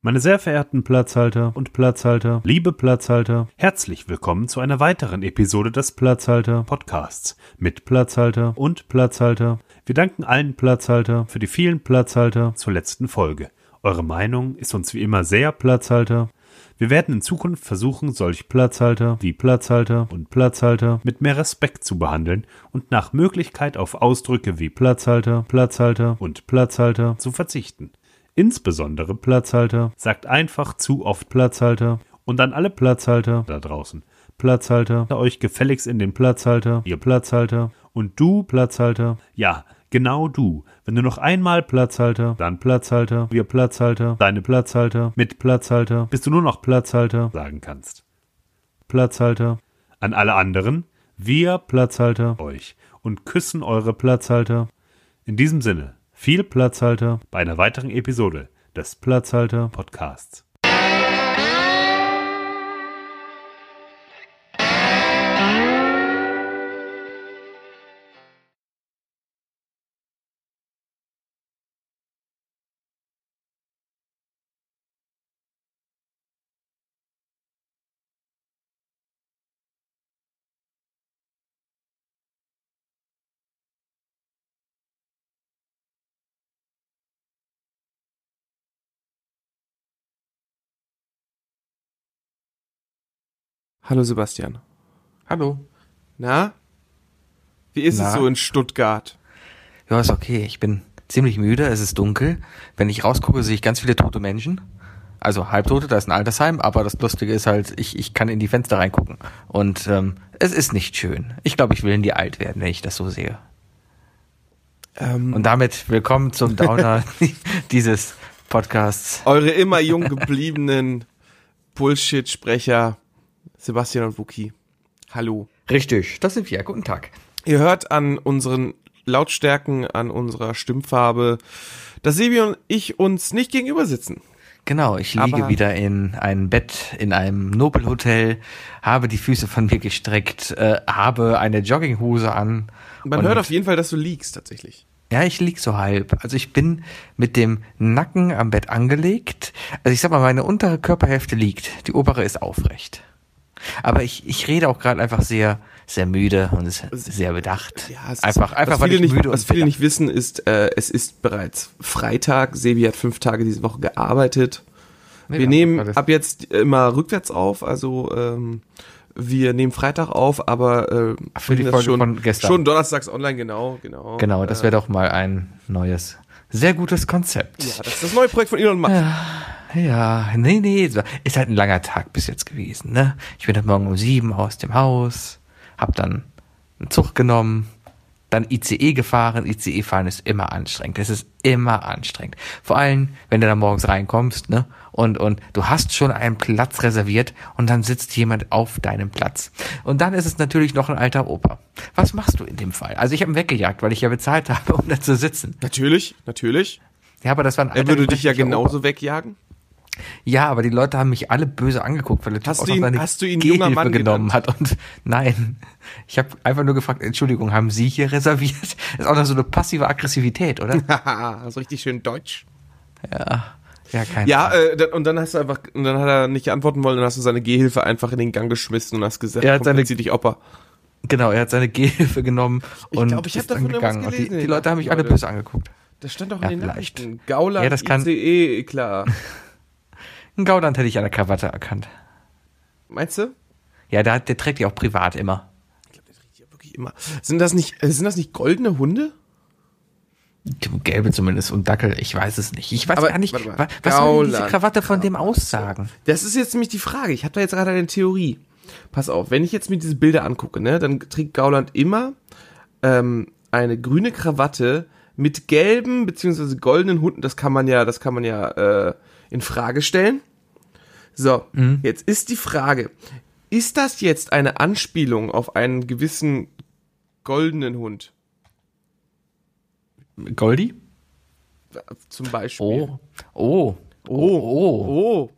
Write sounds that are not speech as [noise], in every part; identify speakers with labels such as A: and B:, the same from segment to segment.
A: Meine sehr verehrten Platzhalter und Platzhalter, liebe Platzhalter, herzlich willkommen zu einer weiteren Episode des Platzhalter Podcasts mit Platzhalter und Platzhalter. Wir danken allen Platzhalter für die vielen Platzhalter zur letzten Folge. Eure Meinung ist uns wie immer sehr Platzhalter. Wir werden in Zukunft versuchen, solch Platzhalter wie Platzhalter und Platzhalter mit mehr Respekt zu behandeln und nach Möglichkeit auf Ausdrücke wie Platzhalter, Platzhalter und Platzhalter zu verzichten. Insbesondere Platzhalter sagt einfach zu oft Platzhalter und an alle Platzhalter da draußen. Platzhalter, euch gefälligst in den Platzhalter, ihr Platzhalter und du Platzhalter, ja, genau du. Wenn du noch einmal Platzhalter, dann Platzhalter, wir Platzhalter, deine Platzhalter, mit Platzhalter, bis du nur noch Platzhalter sagen kannst. Platzhalter an alle anderen, wir Platzhalter euch und küssen eure Platzhalter. In diesem Sinne, viel Platzhalter bei einer weiteren Episode des Platzhalter Podcasts.
B: Hallo Sebastian.
C: Hallo.
B: Na? Wie ist es
C: Na?
B: so in Stuttgart?
C: Ja, ist okay. Ich bin ziemlich müde. Es ist dunkel. Wenn ich rausgucke, sehe ich ganz viele tote Menschen. Also halbtote, da ist ein Altersheim, aber das Lustige ist halt, ich, ich kann in die Fenster reingucken. Und ähm, es ist nicht schön. Ich glaube, ich will in die alt werden, wenn ich das so sehe.
B: Ähm,
C: Und damit willkommen zum [laughs] Downer dieses Podcasts.
B: eure immer jung [laughs] gebliebenen Bullshit-Sprecher Sebastian und Wookie. Hallo.
C: Richtig, das sind wir. Guten Tag.
B: Ihr hört an unseren Lautstärken, an unserer Stimmfarbe, dass Sebi und ich uns nicht gegenüber sitzen.
C: Genau, ich liege
B: Aber-
C: wieder in einem Bett in einem Nobelhotel, habe die Füße von mir gestreckt, äh, habe eine Jogginghose an.
B: Man
C: und-
B: hört auf jeden Fall, dass du liegst tatsächlich.
C: Ja, ich lieg so halb. Also ich bin mit dem Nacken am Bett angelegt. Also ich sag mal, meine untere Körperhälfte liegt, die obere ist aufrecht. Aber ich, ich rede auch gerade einfach sehr, sehr müde und ist sehr bedacht.
B: Ja, es
C: einfach,
B: ist,
C: einfach
B: was
C: weil
B: viele,
C: ich
B: nicht,
C: müde
B: was
C: und
B: viele
C: bedacht.
B: nicht wissen, ist, äh, es ist bereits Freitag. Sebi hat fünf Tage diese Woche gearbeitet.
C: Nee,
B: Wir
C: ja,
B: nehmen
C: alles-
B: ab jetzt immer rückwärts auf, also ähm, wir nehmen Freitag auf, aber äh,
C: Für die
B: bringen das
C: Folge
B: schon,
C: von gestern.
B: schon donnerstags online, genau, genau.
C: Genau, das wäre doch mal ein neues, sehr gutes Konzept.
B: Ja, das ist das neue Projekt von Elon Musk.
C: Ja, nee, nee, so- ist halt ein langer Tag bis jetzt gewesen, ne? Ich bin heute Morgen um sieben aus dem Haus, hab dann einen Zug genommen, dann ICE gefahren. ICE fahren ist immer anstrengend. Es ist immer anstrengend. Vor allem, wenn du da morgens reinkommst, ne? Und, und du hast schon einen Platz reserviert und dann sitzt jemand auf deinem Platz. Und dann ist es natürlich noch ein alter Opa. Was machst du in dem Fall? Also ich habe ihn weggejagt, weil ich ja bezahlt [laughs] habe, um da zu sitzen.
B: Natürlich, natürlich.
C: Ja, aber das war ein
B: Er würde dich ja genau
C: gebrechlicher Opa.
B: genauso
C: [laughs]
B: wegjagen.
C: Ja, aber die Leute haben mich alle böse angeguckt, weil der Typ
B: Hast
C: auch
B: du
C: noch
B: ihn-
C: seine
B: hast du ihn
C: Gehhilfe
B: junger Mann
C: genommen hat. Und [laughs] nein, ich habe einfach nur gefragt, Entschuldigung, haben Sie hier reserviert? [laughs] ist auch noch so eine passive Aggressivität,
B: [laughs]
C: oder?
B: Haha, so richtig schön deutsch.
C: ja, ja, kein
B: Ja, äh, dann- und dann hast du einfach, und dann hat er nicht antworten wollen, dann hast du seine Gehhilfe einfach in den Gang geschmissen und hast gesagt,
C: Er hat
B: komm,
C: seine-
B: verzieh dich Opa.
C: Genau, er hat seine Gehhilfe genommen und
B: glaub, ich hab
C: ist
B: davon
C: dann
B: irgendwas
C: gegangen. Und die,
B: gelesen,
C: die
B: die
C: Leute haben mich alle
B: Leute.
C: böse angeguckt.
B: Das stand doch in
C: Ja,
B: den
C: vielleicht.
B: Nachrichten. Gauland,
C: Ja, das kann-
B: ICE, klar.
C: Ein Gauland hätte ich an der Krawatte erkannt.
B: Meinst du?
C: Ja, der, hat- der trägt die auch privat immer.
B: Ja, wirklich immer. Sind das nicht, äh, sind das nicht goldene Hunde?
C: Gelbe zumindest und Dackel, ich weiß es nicht. Ich weiß
B: Aber-
C: gar nicht,
B: warte mal.
C: wa- was soll denn diese
B: Gauland,
C: Krawatte von dem aussagen?
B: Das ist jetzt nämlich die Frage. Ich habe da jetzt gerade eine Theorie. Pass auf, wenn ich jetzt mir diese Bilder angucke, ne, dann trägt Gauland immer ähm, eine grüne Krawatte mit gelben bzw. goldenen Hunden. Das kann man ja, das kann man ja äh, in Frage stellen. So,
C: Mhm.
B: jetzt ist die Frage: Ist das jetzt eine Anspielung auf einen gewissen goldenen Hund
C: Goldi?
B: zum Beispiel?
C: Oh, oh, oh, oh.
B: oh,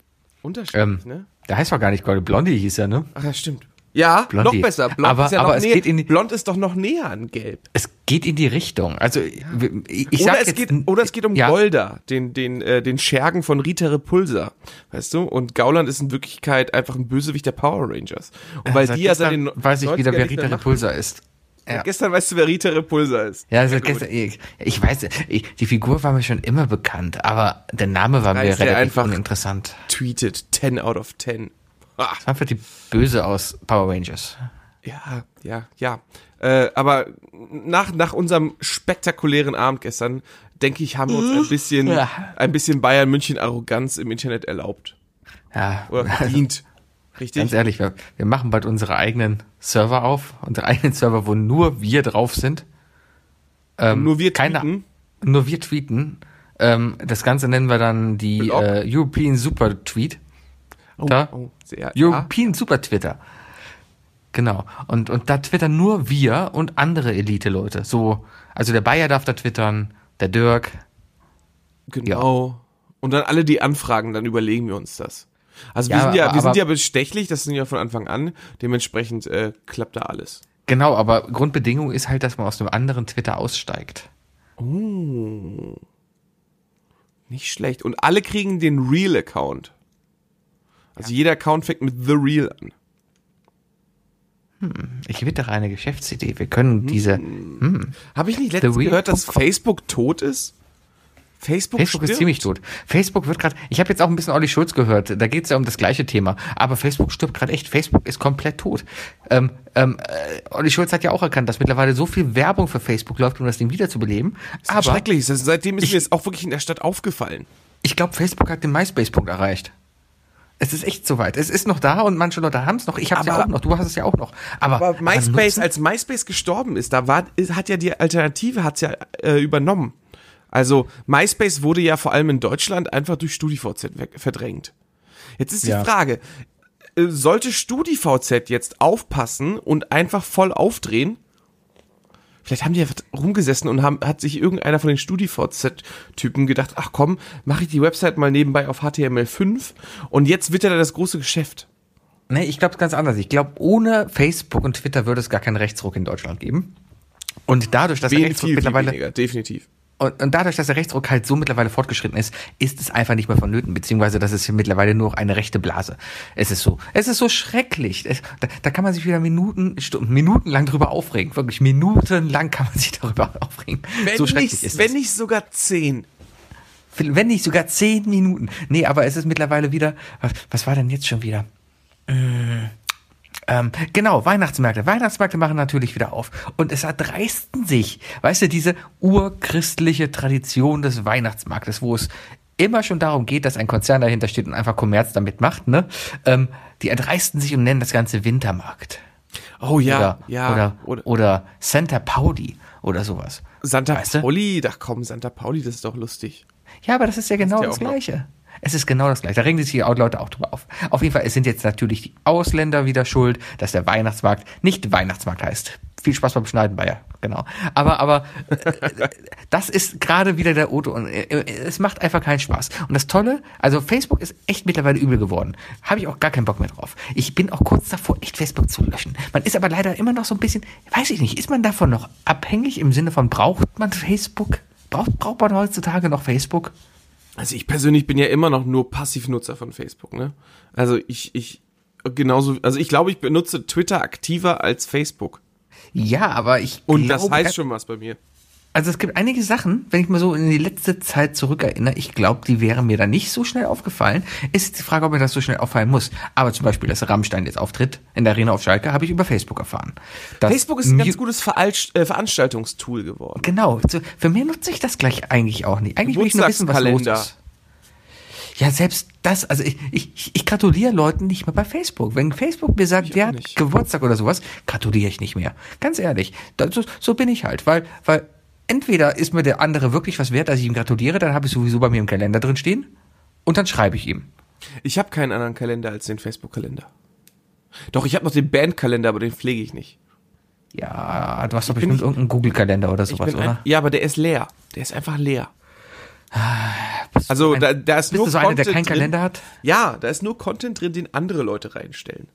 B: unterschiedlich,
C: Ähm,
B: ne?
C: Der heißt doch gar nicht Goldie. Blondie hieß er, ne?
B: Ach ja, stimmt. Ja,
C: Blondie.
B: noch besser. Blond
C: Aber-
B: ist ja
C: aber
B: noch
C: es
B: näher-
C: geht in die-
B: Blond ist doch noch näher an Gelb.
C: Es, geht in die Richtung. Also ich, ich
B: oder,
C: sag
B: es
C: jetzt,
B: geht, oder es geht um
C: ja,
B: Golda, den, den, äh, den Schergen von Rita Repulsa, weißt du? Und Gauland ist in Wirklichkeit einfach ein Bösewicht der Power Rangers. Und weil
C: Äh, seit
B: die ja seit
C: gestern
B: den
C: weiß ich wieder,
B: 90er
C: wer
B: nicht
C: Rita
B: mehr
C: Repulsa ist.
B: machen.
C: Ja.
B: Gestern weißt du, wer Rita Repulsa ist.
C: Ja, also gestern, ich, ich weiß, ich, die Figur war mir schon immer bekannt, aber der Name war mir
B: ist der
C: relativ
B: einfach-
C: uninteressant.
B: Tweetet 10 out of 10. Ah,
C: Das war für die Böse aus Power Rangers.
B: ja, ja, ja. Äh, aber nach, nach unserem spektakulären Abend gestern, denke ich, haben wir uns ein bisschen,
C: Ja.
B: ein bisschen Bayern München Arroganz im Internet erlaubt.
C: Ja,
B: Oder
C: [laughs]
B: verdient.
C: ganz
B: Richtig?
C: ehrlich, wir, wir machen bald unsere eigenen Server auf, unsere eigenen Server, wo nur wir drauf sind. Ähm,
B: Nur wir
C: keine-
B: tweeten.
C: Nur wir tweeten. Ähm, das Ganze nennen wir dann die
B: Blog?
C: äh, European Super Tweet.
B: Oh,
C: Da.
B: oh, sehr, ja.
C: European Super Twitter. Genau. Und, und da twittern nur wir und andere Elite-Leute. So, also der Bayer darf da twittern, der Dirk.
B: Genau. Und dann alle die Anfragen, dann überlegen wir uns das. Also wir
C: Ja,
B: sind ja,
C: aber-
B: wir sind
C: aber-
B: ja bestechlich, das sind ja von Anfang an. Dementsprechend äh, klappt da alles.
C: Genau, aber Grundbedingung ist halt, dass man aus einem anderen Twitter aussteigt.
B: Nicht schlecht. Und alle kriegen den Real-Account. Also jeder Account fängt mit The Real an.
C: Ich wittere eine Geschäftsidee. Wir
B: Mhm.
C: können diese.
B: Habe ich nicht
C: The
B: letztens
C: Real
B: gehört, dass
C: Punkt com.
B: Facebook tot ist? Facebook,
C: Facebook ist
B: stirbt?
C: ziemlich tot. Facebook wird gerade. Ich habe jetzt auch ein bisschen Olli Schulz gehört. Da geht es ja um das gleiche Thema. Aber Facebook stirbt gerade echt. Facebook ist komplett tot. Ähm, ähm, äh, Olli Schulz hat ja auch erkannt, dass mittlerweile so viel Werbung für Facebook läuft, um das Ding wiederzubeleben. Aber
B: schrecklich. Das, seitdem ist
C: Ich-
B: mir das auch wirklich in der Stadt aufgefallen.
C: Ich glaube, Facebook hat den MySpace-Punkt erreicht. Es ist echt soweit. Es ist noch da und manche Leute haben es noch. Ich habe es ja
B: Aber-
C: auch noch. Du hast es ja auch noch. Aber, also,
B: Aber MySpace,
C: nutzen-
B: als MySpace gestorben ist, da war, ist- hat ja die Alternative, hat's ja äh, übernommen. Also MySpace wurde ja vor allem in Deutschland einfach durch StudiVZ weg- verdrängt. Jetzt ist die
C: Ja.
B: Frage, äh, sollte StudiVZ jetzt aufpassen und einfach voll aufdrehen? Vielleicht haben die ja rumgesessen und haben, hat sich irgendeiner von den StudiVZ-Typen gedacht, ach komm, mache ich die Website mal nebenbei auf HTML5 und jetzt wird ja da das große Geschäft.
C: nee, ne, ich glaube ganz anders. Ich glaube, ohne Facebook und Twitter würde es gar keinen Rechtsruck in Deutschland geben. Und dadurch, dass der
B: Wen
C: Rechtsruck
B: viel, viel
C: Also mittlerweile
B: weniger, definitiv.
C: Und, und dadurch, dass der Rechtsruck halt so mittlerweile fortgeschritten ist, ist es einfach nicht mehr vonnöten, beziehungsweise das ist hier mittlerweile nur noch eine rechte Blase. Es ist so, es ist so schrecklich. Es, da, da kann man sich wieder Minuten, Stunden, minutenlang drüber aufregen. Wirklich minutenlang kann man sich darüber [laughs] aufregen.
B: Wenn,
C: so schrecklich
B: nicht,
C: ist
B: wenn
C: es.
B: nicht sogar zehn.
C: Wenn nicht sogar zehn Minuten. Nee, aber es ist mittlerweile wieder, was, was war denn jetzt schon wieder? Äh, Ähm, genau, Weihnachtsmärkte. Weihnachtsmärkte machen natürlich wieder auf. Und es erdreisten sich, weißt du, diese urchristliche Tradition des Weihnachtsmarktes, wo es immer schon darum geht, dass ein Konzern dahinter steht und einfach Kommerz damit macht, ne? Ähm, die erdreisten sich und nennen das Ganze Wintermarkt.
B: Oh ja,
C: oder,
B: ja.
C: Oder,
B: oder,
C: oder, Santa Paudi oder sowas.
B: Santa
C: weißt du?
B: Pauli, da komm, Santa Pauli, das ist doch lustig.
C: Ja, aber das ist ja genau
B: ja
C: das
B: auch noch.
C: Gleiche. Es ist genau das Gleiche. Da regen sich die Leute auch drüber auf. Auf jeden Fall, es sind jetzt natürlich die Ausländer wieder schuld, dass der Weihnachtsmarkt nicht Weihnachtsmarkt heißt. Viel Spaß beim Schneiden, Bayer. Genau. Aber, aber äh, das ist gerade wieder der Otto und äh, äh, es macht einfach keinen Spaß. Und das Tolle, also Facebook ist echt mittlerweile übel geworden. Habe ich auch gar keinen Bock mehr drauf. Ich bin auch kurz davor, echt Facebook zu löschen. Man ist aber leider immer noch so ein bisschen, weiß ich nicht, ist man davon noch abhängig im Sinne von braucht man Facebook? Braucht, braucht man heutzutage noch Facebook?
B: Also ich persönlich bin ja immer noch nur Passivnutzer von Facebook, ne? Also ich, ich, genauso, also ich glaube, ich benutze Twitter aktiver als Facebook.
C: Ja, aber ich
B: Und
C: glaube,
B: das heißt schon was bei mir.
C: also es gibt einige Sachen, wenn ich mal so in die letzte Zeit zurückerinnere, ich glaube, die wären mir da nicht so schnell aufgefallen. Ist jetzt die Frage, ob mir das so schnell auffallen muss. Aber zum Beispiel, dass Rammstein jetzt auftritt in der Arena auf Schalke, habe ich über Facebook erfahren. Dass
B: Facebook ist ein
C: Mu-
B: ganz gutes Veralsch- äh, Veranstaltungstool geworden.
C: Genau, so, für mich nutze ich das gleich eigentlich auch nicht. Eigentlich will ich nur wissen, was los
B: Geburtstagskalender.
C: ist. Ja, selbst das, also ich, ich, ich gratuliere Leuten nicht mehr bei Facebook. Wenn Facebook mir sagt, der hat
B: nicht.
C: Geburtstag oder sowas, gratuliere ich nicht mehr. Ganz ehrlich, da, so, so bin ich halt, weil, weil entweder ist mir der andere wirklich was wert, dass ich ihm gratuliere, dann habe ich sowieso bei mir im Kalender drin stehen und dann schreibe ich ihm.
B: Ich habe keinen anderen Kalender als den Facebook-Kalender. Doch, ich habe noch den Bandkalender, aber den pflege ich nicht.
C: Ja, du hast doch
B: bin
C: bestimmt
B: nicht-
C: irgendeinen Google-Kalender oder
B: Ich
C: sowas,
B: bin ein,
C: oder?
B: ja, aber der ist leer. Der ist einfach leer.
C: Bist du
B: Also
C: ein-
B: da, da ist
C: bist
B: nur
C: du so einer, der
B: Content
C: keinen
B: drin.
C: Kalender hat?
B: Ja, da ist nur Content drin, den andere Leute reinstellen.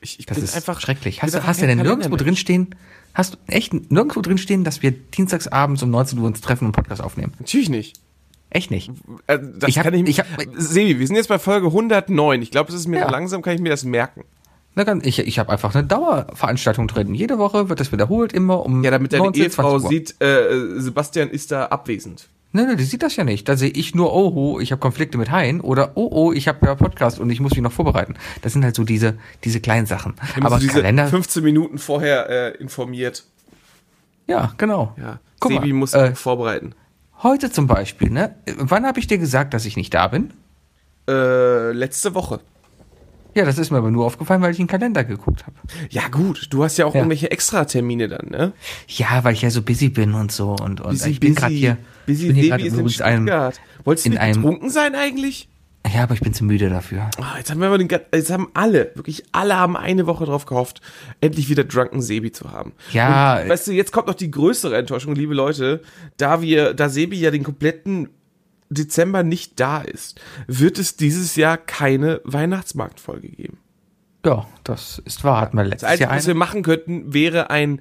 B: Ich, ich
C: Das
B: bin
C: ist
B: einfach
C: schrecklich.
B: ich bin
C: Hast du,
B: einfach
C: hast du
B: kein
C: denn nirgendwo
B: Kalendermensch.
C: drinstehen? Hast du echt nirgendwo drinstehen, dass wir dienstagsabends um 19 Uhr uns treffen und einen Podcast aufnehmen?
B: Natürlich nicht.
C: Echt nicht.
B: Äh, Das
C: Ich hab-
B: kann ich,
C: ich
B: ich
C: hab-
B: Sebi, wir sind jetzt bei Folge 109. Ich glaube, es ist mir
C: Ja.
B: langsam, kann ich mir das merken.
C: Na, ganz- ich ich habe einfach eine Dauerveranstaltung drin. Jede Woche wird das wiederholt, immer um
B: Ja, damit deine
C: 19,
B: Ehefrau
C: 20 Uhr.
B: sieht, äh, Sebastian ist da abwesend.
C: Nö, nö, die sieht das ja nicht. Da sehe ich nur, oh, oh ich habe Konflikte mit Hein oder oh, oh, ich habe ja Podcast und ich muss mich noch vorbereiten. Das sind halt so diese, diese kleinen Sachen. Aber
B: so diese
C: Kalender,
B: 15 Minuten vorher äh, informiert.
C: ja, genau.
B: Ja.
C: Guck
B: Sebi
C: mal,
B: muss
C: äh,
B: vorbereiten.
C: heute zum Beispiel, ne? Wann habe ich dir gesagt, dass ich nicht da bin?
B: Äh, letzte Woche.
C: Ja, das ist mir aber nur aufgefallen, weil ich in den Kalender geguckt habe.
B: Ja, gut. Du hast ja auch
C: Ja.
B: irgendwelche Extratermine dann, ne?
C: Ja, weil ich ja so busy bin und so und, und
B: Busy,
C: ich bin gerade hier.
B: Busy
C: ich bin hier
B: Sebi
C: gerade
B: ist in
C: übrigens einem,
B: Stuttgart. Wolltest du
C: in
B: nicht
C: einem-
B: betrunken sein eigentlich?
C: Ja, aber ich bin zu müde dafür.
B: Ah, jetzt haben wir aber den, gan- jetzt haben alle, wirklich alle haben eine Woche drauf gehofft, endlich wieder Drunken Sebi zu haben.
C: Ja.
B: Und, weißt du, jetzt kommt noch die größere Enttäuschung, liebe Leute, da wir, da Sebi ja den kompletten Dezember nicht da ist, wird es dieses Jahr keine Weihnachtsmarktfolge geben.
C: Ja, das ist wahr. Hatten wir
B: Das
C: letztes
B: Einzige,
C: Jahr
B: was wir
C: eine.
B: machen könnten, wäre ein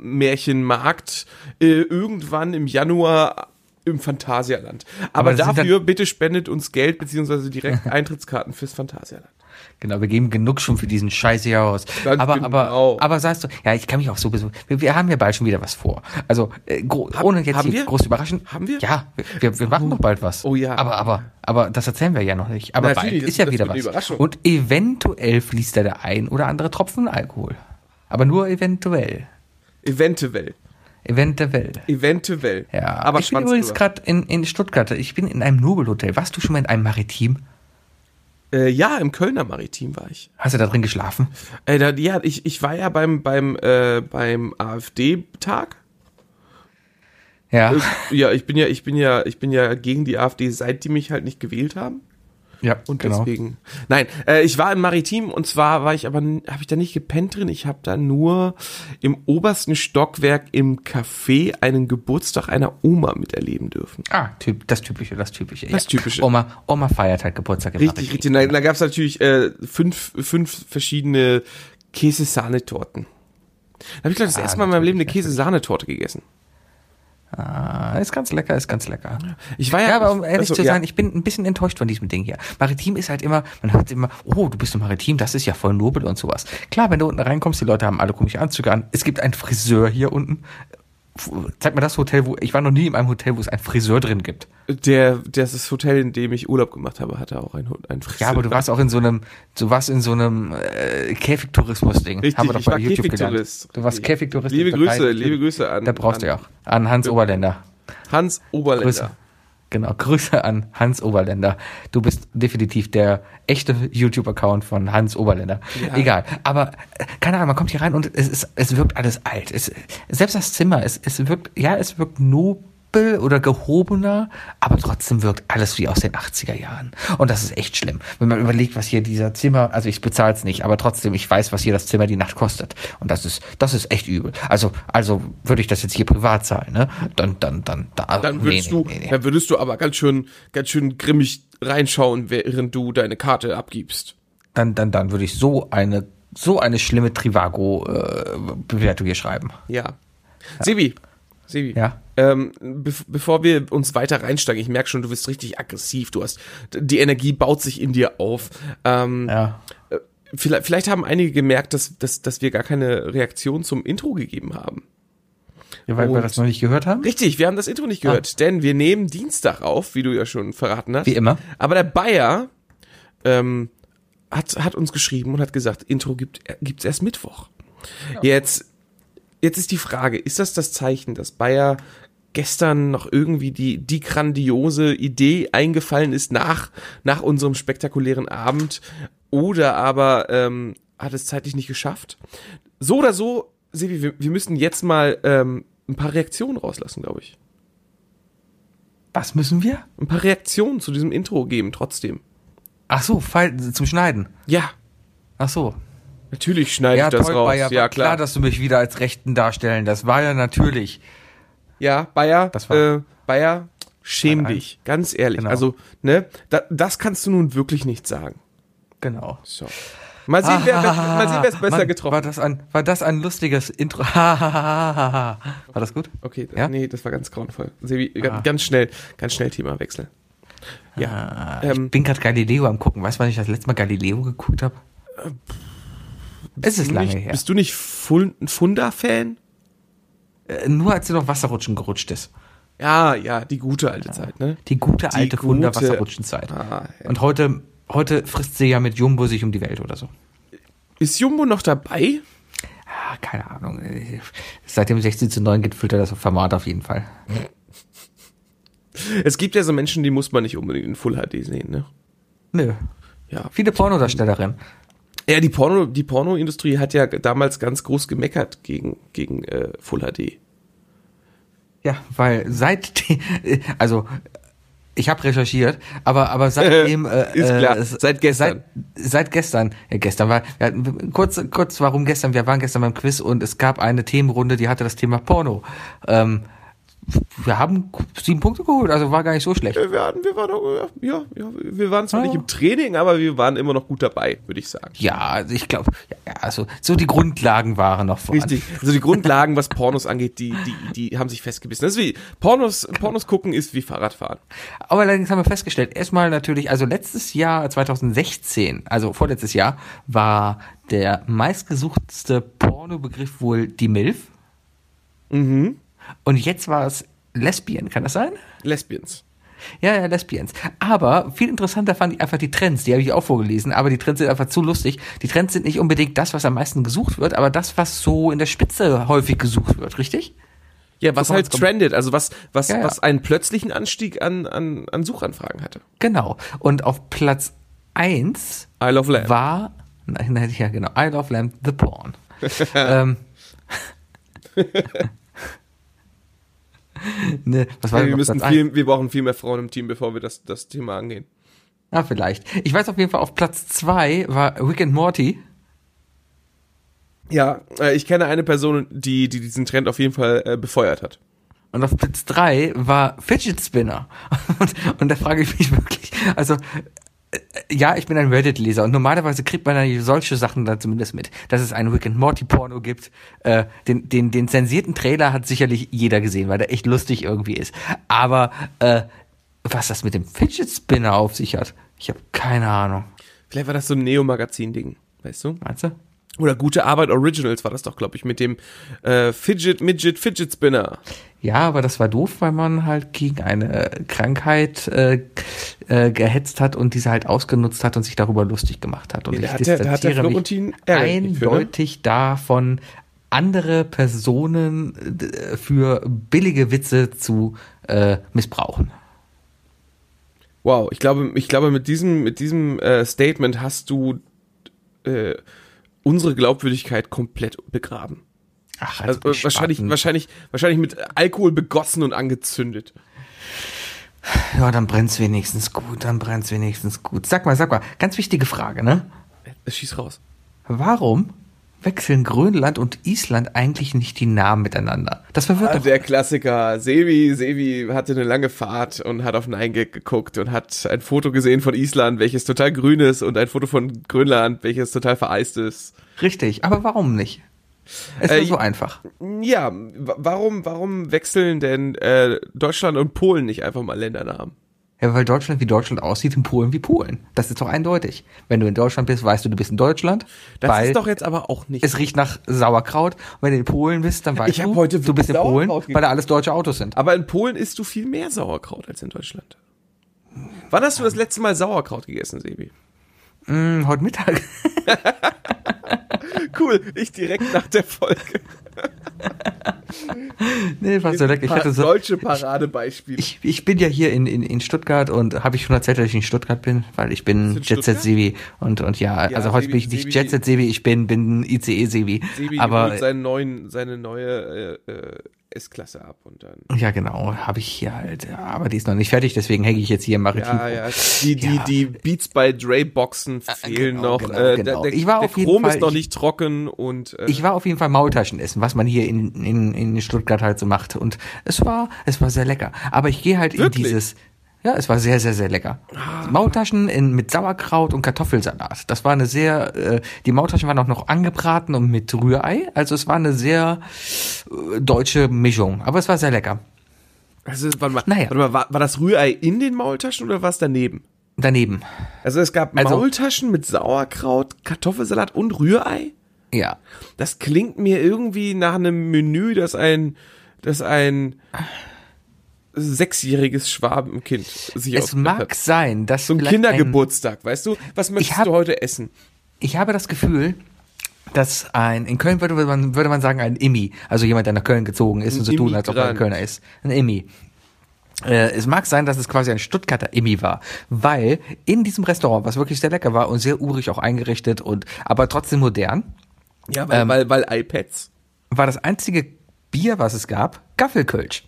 B: Wintermärchenmarkt äh, irgendwann im Januar im Phantasialand. Aber,
C: Aber das sind
B: dafür bitte spendet uns Geld beziehungsweise
C: [laughs]
B: direkt Eintrittskarten fürs Phantasialand.
C: Genau, wir geben genug schon für diesen Scheiß hier aus.
B: Ganz
C: aber,
B: genau.
C: aber, aber sagst du, ja, ich kann mich auch so besuchen. Wir, wir haben ja bald schon wieder was vor. Also, äh, gro ohne jetzt
B: haben
C: hier
B: wir?
C: groß überraschen.
B: Haben wir?
C: Ja, wir, wir, wir machen doch bald was.
B: Oh ja.
C: Aber, aber, aber das erzählen wir ja noch nicht. Aber
B: Natürlich,
C: bald
B: das-
C: ist ja
B: das
C: wieder
B: wird eine
C: was.
B: Überraschung.
C: Und eventuell fließt da der ein oder andere Tropfen Alkohol. Aber nur eventuell.
B: Eventuell.
C: Eventuell.
B: Eventuell.
C: Ja,
B: aber
C: ich bin übrigens gerade in, in Stuttgart. Ich bin in einem Nobelhotel. Warst du schon mal in einem Maritim?
B: äh, ja, im Kölner Maritim war ich.
C: Hast du da drin geschlafen?
B: Äh, da, ja, ich, ich war ja beim, beim, äh, beim AfD-Tag.
C: Ja.
B: Äh, ja, ich bin ja, ich bin ja, ich bin ja gegen die AfD, seit die mich halt nicht gewählt haben.
C: ja, genau.
B: Und deswegen. Nein, äh, ich war im Maritim und zwar war ich aber, habe ich da nicht gepennt drin. Ich habe da nur im obersten Stockwerk im Café einen Geburtstag einer Oma miterleben dürfen.
C: Ah, typ, das Typische, das Typische.
B: Das Typische.
C: Oma, Oma feiert halt Geburtstag im
B: Richtig,
C: Maritim.
B: richtig. Da, da gab es natürlich äh, fünf, fünf verschiedene Käsesahnetorten. Da habe ich, glaube ich, das erste Mal in meinem Leben eine Käsesahnetorte gegessen.
C: Ah, ist ganz lecker, ist ganz lecker.
B: Ich war ja,
C: Ja, aber um ehrlich
B: Achso,
C: zu
B: ja.
C: sein, ich bin ein bisschen enttäuscht von diesem Ding hier. Maritim ist halt immer, man hört immer, oh, du bist im Maritim, das ist ja voll nobel und sowas. Klar, wenn du unten reinkommst, die Leute haben alle komische Anzüge an. Es gibt einen Friseur hier unten. Puh, Zeig mir das Hotel, wo, ich war noch nie in einem Hotel, wo es einen Friseur drin gibt.
B: der, das ist Hotel, in dem ich Urlaub gemacht habe, hatte auch einen, Hund- einen Friseur.
C: Ja, aber du warst auch in so einem, du warst in so einem äh, Käfigtourismus-Ding.
B: Richtig,
C: Haben wir doch
B: ich
C: bei
B: war
C: YouTube
B: Käfigtourist.
C: gelernt. Du warst
B: Richtig.
C: Käfigtourist.
B: Liebe
C: in der Türkei,
B: Grüße,
C: natürlich.
B: liebe Grüße an-
C: Da brauchst du ja
B: an-
C: auch. An Hans Oberländer.
B: Hans Oberländer.
C: Grüße. Genau, [laughs] Grüße an Hans Oberländer. Du bist definitiv der echte YouTube-Account von Hans Oberländer. Egal. Aber äh, keine Ahnung, man kommt hier rein und es, ist, es wirkt alles alt. Es, selbst das Zimmer, es, es wirkt, ja, es wirkt nobel oder gehobener, aber trotzdem wirkt alles wie aus den 80er Jahren. Und das ist echt schlimm. Wenn man überlegt, was hier dieser Zimmer, also ich bezahle es nicht, aber trotzdem, ich weiß, was hier das Zimmer die Nacht kostet. Und das ist, das ist echt übel. Also, also würde ich das jetzt hier privat zahlen, ne? Dann, dann, dann, da,
B: Dann würdest du, dann würdest du aber ganz schön, ganz schön grimmig reinschauen, während du deine Karte abgibst.
C: dann, dann, dann würde ich so eine, so eine schlimme Trivago-Bewertung hier schreiben.
B: Ja. Sebi, Sebi.
C: Ja.
B: Ähm, bev- bevor wir uns weiter reinsteigen, ich merke schon, du bist richtig aggressiv. Du hast die Energie baut sich in dir auf. Ähm,
C: Ja.
B: äh, vielleicht, vielleicht haben einige gemerkt, dass, dass, dass wir gar keine Reaktion zum Intro gegeben haben.
C: weil wir
B: Und-
C: das noch nicht gehört haben.
B: Richtig, wir haben das Intro
C: Ah.
B: nicht gehört, denn wir nehmen Dienstag auf, wie du ja schon verraten hast.
C: Wie immer.
B: Aber der Bayer ähm, hat, hat uns geschrieben und hat gesagt, Intro gibt gibt's erst Mittwoch. Jetzt, jetzt ist die Frage, ist das das Zeichen, dass Bayer gestern noch irgendwie die, die grandiose Idee eingefallen ist nach, nach unserem spektakulären Abend oder aber ähm, hat es zeitlich nicht geschafft? So oder so, Sebi, wir, wir müssen jetzt mal ähm, ein paar Reaktionen rauslassen, glaube ich.
C: Was müssen wir?
B: Ein paar Reaktionen zu diesem Intro geben, trotzdem.
C: Ach so, Fall, zum Schneiden.
B: Ja,
C: Ach so.
B: Natürlich schneide ich das raus.
C: Bayer,
B: ja, klar.
C: war klar, dass du mich wieder als Rechten darstellen. Das war ja natürlich.
B: ja, Bayer,
C: Das war-
B: äh, Bayer, schäm
C: Nein,
B: dich. Ganz ehrlich.
C: Genau.
B: Also, ne, da, das kannst du nun wirklich nicht sagen.
C: Genau.
B: So. Mal sehen,
C: [laughs]
B: wer, wer, mal sehen, wer es besser
C: Mann, War
B: getroffen hat.
C: das ein, war das ein lustiges Intro? [laughs] war das gut?
B: Okay,
C: Ja? Ah.
B: nee, das war ganz grauenvoll. Sebi, ga- ganz schnell, ganz schnell Themawechsel.
C: Ah,
B: Ja,
C: Ich
B: ähm,
C: bin gerade Galileo am gucken. Weißt du, wann ich das letzte Mal Galileo geguckt habe? Es ist
B: du
C: lange
B: Äh, nicht,
C: her.
B: Bist du nicht Fun Funda-Fan?
C: Äh, Nur als sie noch Wasserrutschen gerutscht ist.
B: Ja, ja, die gute alte Zeit, ne?
C: Die gute alte
B: gute-
C: Wunder-Wasserrutschenzeit.
B: Ah, ja.
C: Und heute, heute frisst sie ja mit Jumbo sich um die Welt oder so.
B: Ist Jumbo noch dabei?
C: Ah, keine Ahnung. Seit dem 16 zu 9 gefüllt er das Format auf jeden Fall.
B: Es gibt ja so Menschen, die muss man nicht unbedingt in Full HD sehen, ne?
C: Nö.
B: Ja.
C: Viele Pornodarstellerinnen.
B: Ja, die Porno, die Pornoindustrie hat ja damals ganz groß gemeckert gegen, gegen äh, Full HD.
C: Ja, weil seit also ich habe recherchiert, aber
B: [laughs]
C: aber seitdem äh,
B: Ist klar,
C: äh,
B: seit gestern.
C: seit, seit gestern ja, gestern war wir hatten, kurz kurz warum gestern wir waren gestern beim Quiz und es gab eine Themenrunde, die hatte das Thema Porno. Ähm, wir haben sieben Punkte geholt, also war gar nicht so schlecht.
B: Wir waren, wir waren, auch, ja, ja, wir waren zwar
C: Ah, Ja.
B: nicht im Training, aber wir waren immer noch gut dabei, würde ich sagen.
C: Ja, also ich glaube, ja, also so die Grundlagen waren noch vorhanden.
B: [laughs] Richtig. Also die Grundlagen, was Pornos angeht, die, die, die haben sich festgebissen. Das ist wie Pornos, Pornos gucken ist wie Fahrradfahren.
C: Aber allerdings haben wir festgestellt, erstmal natürlich, also letztes Jahr 2016, also vorletztes Jahr, war der meistgesuchteste Pornobegriff wohl die MILF. Und jetzt war es Lesbian, kann das sein?
B: Lesbians.
C: Ja, ja, Lesbians. Aber viel interessanter fand ich einfach die Trends, die habe ich auch vorgelesen, aber die Trends sind einfach zu lustig. Die Trends sind nicht unbedingt das, was am meisten gesucht wird, aber das, was so in der Spitze häufig gesucht wird, richtig?
B: Ja, was
C: So
B: halt
C: Pornos-
B: trendet, also was, was,
C: Ja, ja.
B: was einen plötzlichen Anstieg an, an, an Suchanfragen hatte.
C: Genau. Und auf Platz eins
B: I love Lamb.
C: war, nein, nein, ja genau, I Love Lamb, The
B: [laughs]
C: Porn. ähm, [laughs] ne, was war
B: Ja,
C: denn
B: wir,
C: noch
B: müssen
C: Platz eins?
B: viel, wir brauchen viel mehr Frauen im Team, bevor wir das, das Thema angehen.
C: Ah, vielleicht. Ich weiß auf jeden Fall, auf Platz zwei war Rick and Morty.
B: Ja, äh, ich kenne eine Person, die, die diesen Trend auf jeden Fall äh, befeuert hat.
C: Und auf Platz drei war Fidget Spinner. [laughs] Und, und da frage ich mich wirklich, also äh, ja, ich bin ein Reddit-Leser und normalerweise kriegt man ja solche Sachen dann zumindest mit, dass es einen Rick and Morty-Porno gibt. Äh, den, den, den zensierten Trailer hat sicherlich jeder gesehen, weil der echt lustig irgendwie ist. Aber äh, was das mit dem Fidget Spinner auf sich hat, ich habe keine Ahnung.
B: Vielleicht war das so ein Neo-Magazin-Ding, weißt du?
C: Meinst du?
B: Oder gute Arbeit Originals war das doch, glaube ich, mit dem äh, Fidget, Midget, Fidget Spinner.
C: Ja, aber das war doof, weil man halt gegen eine äh, Krankheit äh, äh, gehetzt hat und diese halt ausgenutzt hat und sich darüber lustig gemacht hat. Und
B: Ja, da
C: ich
B: hat der- da hat der
C: distanziere mich
B: Florentin Ärger gekriegt für, ne?
C: eindeutig davon, andere Personen äh, für billige Witze zu äh, missbrauchen.
B: Wow, ich glaube, ich glaube, mit diesem, mit diesem äh, Statement hast du äh, unsere Glaubwürdigkeit komplett begraben.
C: Ach, halt
B: Also, äh, wahrscheinlich, wahrscheinlich, wahrscheinlich mit Alkohol begossen und angezündet.
C: Ja, dann brennt's wenigstens gut, dann brennt's wenigstens gut. Sag mal, sag mal, ganz wichtige Frage, ne?
B: Es schießt Äh, raus.
C: Warum wechseln Grönland und Island eigentlich nicht die Namen miteinander? Das verwirrt
B: Ah,
C: doch
B: Der Klassiker. Sebi, Sebi hatte eine lange Fahrt und hat auf einen Eingeck geguckt und hat ein Foto gesehen von Island, welches total grün ist und ein Foto von Grönland, welches total vereist ist.
C: Richtig, aber warum nicht? Es
B: Äh,
C: ist so einfach.
B: Ja, w- warum, warum wechseln denn äh, Deutschland und Polen nicht einfach mal Ländernamen?
C: Ja, weil Deutschland wie Deutschland aussieht und Polen wie Polen. Das ist doch eindeutig. Wenn du in Deutschland bist, weißt du, du bist in Deutschland.
B: Das
C: weil
B: ist doch jetzt aber auch nicht.
C: es riecht nach Sauerkraut. Und wenn du in Polen bist, dann weißt
B: Ich hab
C: du,
B: heute
C: du bist in
B: Sauerkraut
C: Polen,
B: gegessen.
C: weil da alles deutsche Autos sind.
B: aber in Polen isst du viel mehr Sauerkraut als in Deutschland. Wann hast du das letzte Mal Sauerkraut gegessen, Sebi?
C: Hm, heute Mittag. [laughs]
B: Cool, ich direkt nach der Folge.
C: nee, war so lecker. Also, Ich hatte so,
B: Deutsche Paradebeispiele.
C: ich, ich bin ja hier in, in, in Stuttgart und habe ich schon erzählt, dass ich in Stuttgart bin, weil ich
B: in
C: bin Jet Set
B: Stuttgart?
C: Sebi und und ja,
B: Ja,
C: also heute
B: Sebi-
C: bin ich nicht
B: Sebi-
C: Jet Set Sebi, ich bin bin ICE Sebi.
B: Sebi
C: E aber
B: holt seinen neuen, seine neue äh, äh, S-Klasse ab und
C: [laughs]
B: dann.
C: Ja, genau, habe ich hier halt. Ja, aber die ist noch nicht fertig, deswegen hänge ich jetzt hier im Maritim.
B: Ja, ah, ja. Die, die,
C: Ja.
B: die Beats by Dre Boxen fehlen
C: genau,
B: noch.
C: genau,
B: äh,
C: genau.
B: Der, der,
C: Ich war
B: der
C: auf jeden
B: Chrom ist
C: Fall-
B: noch
C: ich-
B: nicht trocken und äh,
C: Ich war auf jeden Fall Maultaschen essen, was man hier in, in, in Stuttgart halt so macht. Und es war, es war sehr lecker. Aber ich gehe halt
B: Wirklich? Ah.
C: in dieses, Ja, es war sehr, sehr, sehr lecker. Maultaschen in, mit Sauerkraut und Kartoffelsalat. Das war eine sehr, äh, die Maultaschen waren auch noch angebraten und mit Rührei. Also es war eine sehr äh, deutsche Mischung. Aber es war sehr lecker.
B: Also, warte mal,
C: Naja.
B: warte mal war, war das Rührei in den Maultaschen oder war es daneben?
C: Daneben.
B: Also es gab
C: Also-
B: Maultaschen mit Sauerkraut, Kartoffelsalat und Rührei?
C: Ja.
B: Das klingt mir irgendwie nach einem Menü, das ein, das ein äh, sechsjähriges Schwabenkind sich
C: Es
B: ausgedacht
C: mag sein, dass
B: So ein
C: vielleicht
B: Kindergeburtstag, weißt du? Was möchtest
C: hab-
B: du heute essen?
C: ich habe das Gefühl, dass ein, in Köln würde man, würde man sagen, ein Immi, also jemand, der nach Köln gezogen ist und so tun, als ob er ein
B: Immigrant.
C: Kölner ist. Ein Immi. Äh, es mag sein, dass es quasi ein Stuttgarter Immi war, weil in diesem Restaurant, was wirklich sehr lecker war und sehr urig auch eingerichtet und aber trotzdem modern,
B: Ja,
C: Ähm.
B: weil, weil, weil iPads.
C: war das einzige Bier, was es gab, Gaffelkölsch.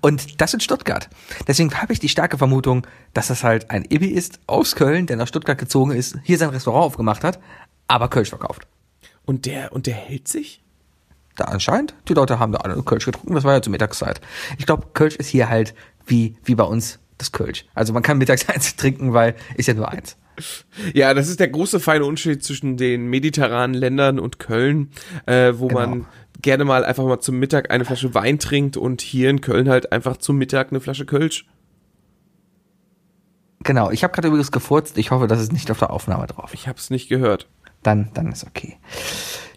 C: Und das in Stuttgart. Deswegen habe ich die starke Vermutung, dass das halt ein Ibi ist aus Köln, der nach Stuttgart gezogen ist, hier sein Restaurant aufgemacht hat, aber Kölsch verkauft.
B: Und der, und der hält sich?
C: Da anscheinend, die Leute haben da alle Kölsch getrunken, das war ja zur Mittagszeit. Ich glaube, Kölsch ist hier halt wie, wie bei uns das Kölsch. Also man kann mittags eins [laughs] trinken, weil ist ja nur eins.
B: Ja, das ist der große feine Unterschied zwischen den mediterranen Ländern und Köln, äh, wo
C: Genau.
B: man gerne mal einfach mal zum Mittag eine Flasche Wein trinkt und hier in Köln halt einfach zum Mittag eine Flasche Kölsch.
C: Genau, ich habe gerade übrigens gefurzt, ich hoffe, das ist nicht auf der Aufnahme drauf.
B: Ich hab's nicht gehört.
C: Dann, dann ist okay.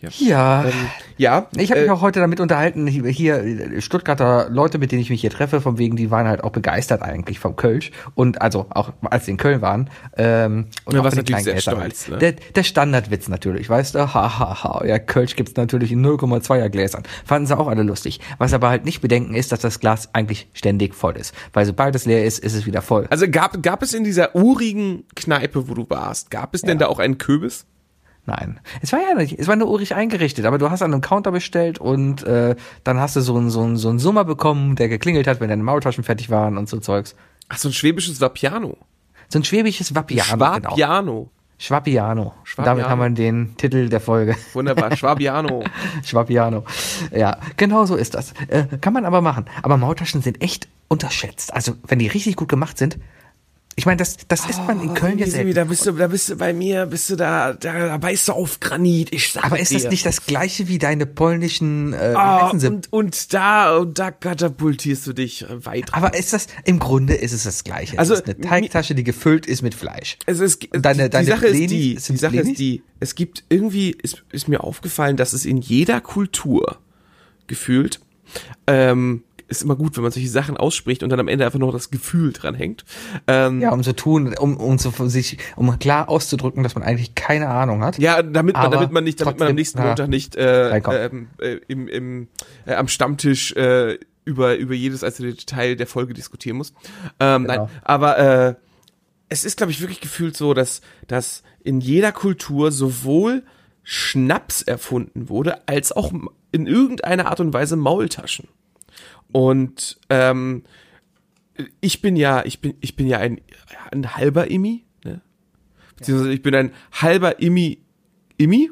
B: Ja.
C: Ja.
B: Ja,
C: Ich habe
B: äh,
C: mich auch heute damit unterhalten, hier äh, Stuttgarter Leute, mit denen ich mich hier treffe, von wegen, die waren halt auch begeistert eigentlich vom Kölsch. Und also auch als sie in Köln waren. Ähm, und
B: Ja,
C: auch
B: warst
C: von den
B: natürlich
C: kleinen
B: sehr
C: Gläsern
B: stolz, ne?
C: Der, der Standardwitz natürlich, weißt du? Ha, ha, ha. Ja, Kölsch gibt's natürlich in 0,2er Gläsern. Fanden sie auch alle lustig. Was aber halt nicht bedenken ist, dass das Glas eigentlich ständig voll ist. Weil sobald es leer ist, ist es wieder voll.
B: Also gab, gab es in dieser urigen Kneipe, wo du warst, gab es denn da auch einen Kürbis?
C: Nein. Es war ja nicht, es war nur urig eingerichtet, aber du hast an einem Counter bestellt und äh, dann hast du so einen so einen, so einen Summer bekommen, der geklingelt hat, wenn deine Maultaschen fertig waren und so Zeugs.
B: Ach, so ein schwäbisches Vapiano.
C: So ein schwäbisches Vapiano, genau.
B: Schwabiano.
C: Schwapiano.
B: Schwapiano.
C: Damit haben wir den Titel
B: [laughs]
C: der Folge. [laughs]
B: Wunderbar, Schwabiano.
C: Schwapiano. Ja, genau so ist das. Äh, kann man aber machen. Aber Maultaschen sind echt unterschätzt. Also, wenn die richtig gut gemacht sind, ich meine, das, das isst man
B: Oh,
C: in Köln ja selten.
B: da bist du, da bist du bei mir, bist du da, da, da beißt du auf Granit. Ich sag
C: aber ist das
B: dir.
C: nicht das gleiche wie deine polnischen äh, wie
B: Ah,
C: heißen sie?
B: und, und da, und da katapultierst du dich äh, weit.
C: Aber ist das, im Grunde ist es das Gleiche.
B: Also,
C: es ist eine Teigtasche, die gefüllt ist mit Fleisch.
B: Also es,
C: Und deine-
B: die,
C: deine
B: die Sache
C: Plenis?
B: ist die,
C: Sind's
B: die Sache
C: Plenis?
B: ist die, es gibt irgendwie, ist, ist mir aufgefallen, dass es in jeder Kultur gefühlt, ähm, ist immer gut, wenn man solche Sachen ausspricht und dann am Ende einfach noch das Gefühl dranhängt. Ähm,
C: Ja, um so tun, um, um so von sich, um klar auszudrücken, dass man eigentlich keine Ahnung hat.
B: Ja, damit man,
C: Aber
B: damit man nicht, damit man am
C: trotzdem,
B: nächsten
C: ja.
B: Montag nicht äh,
C: Reinkommt.
B: ähm, äh, im, im, äh, am Stammtisch äh, über, über jedes einzelne Detail der Folge diskutieren muss. Ähm,
C: Genau.
B: Nein, aber äh, es ist, glaube ich, wirklich gefühlt so, dass, dass in jeder Kultur sowohl Schnaps erfunden wurde, als auch m- in irgendeiner Art und Weise Maultaschen. Und ähm, ich bin ja, ich bin, ich bin ja ein, ein halber Immi, ne? Beziehungsweise ich bin ein halber Immi, Immi,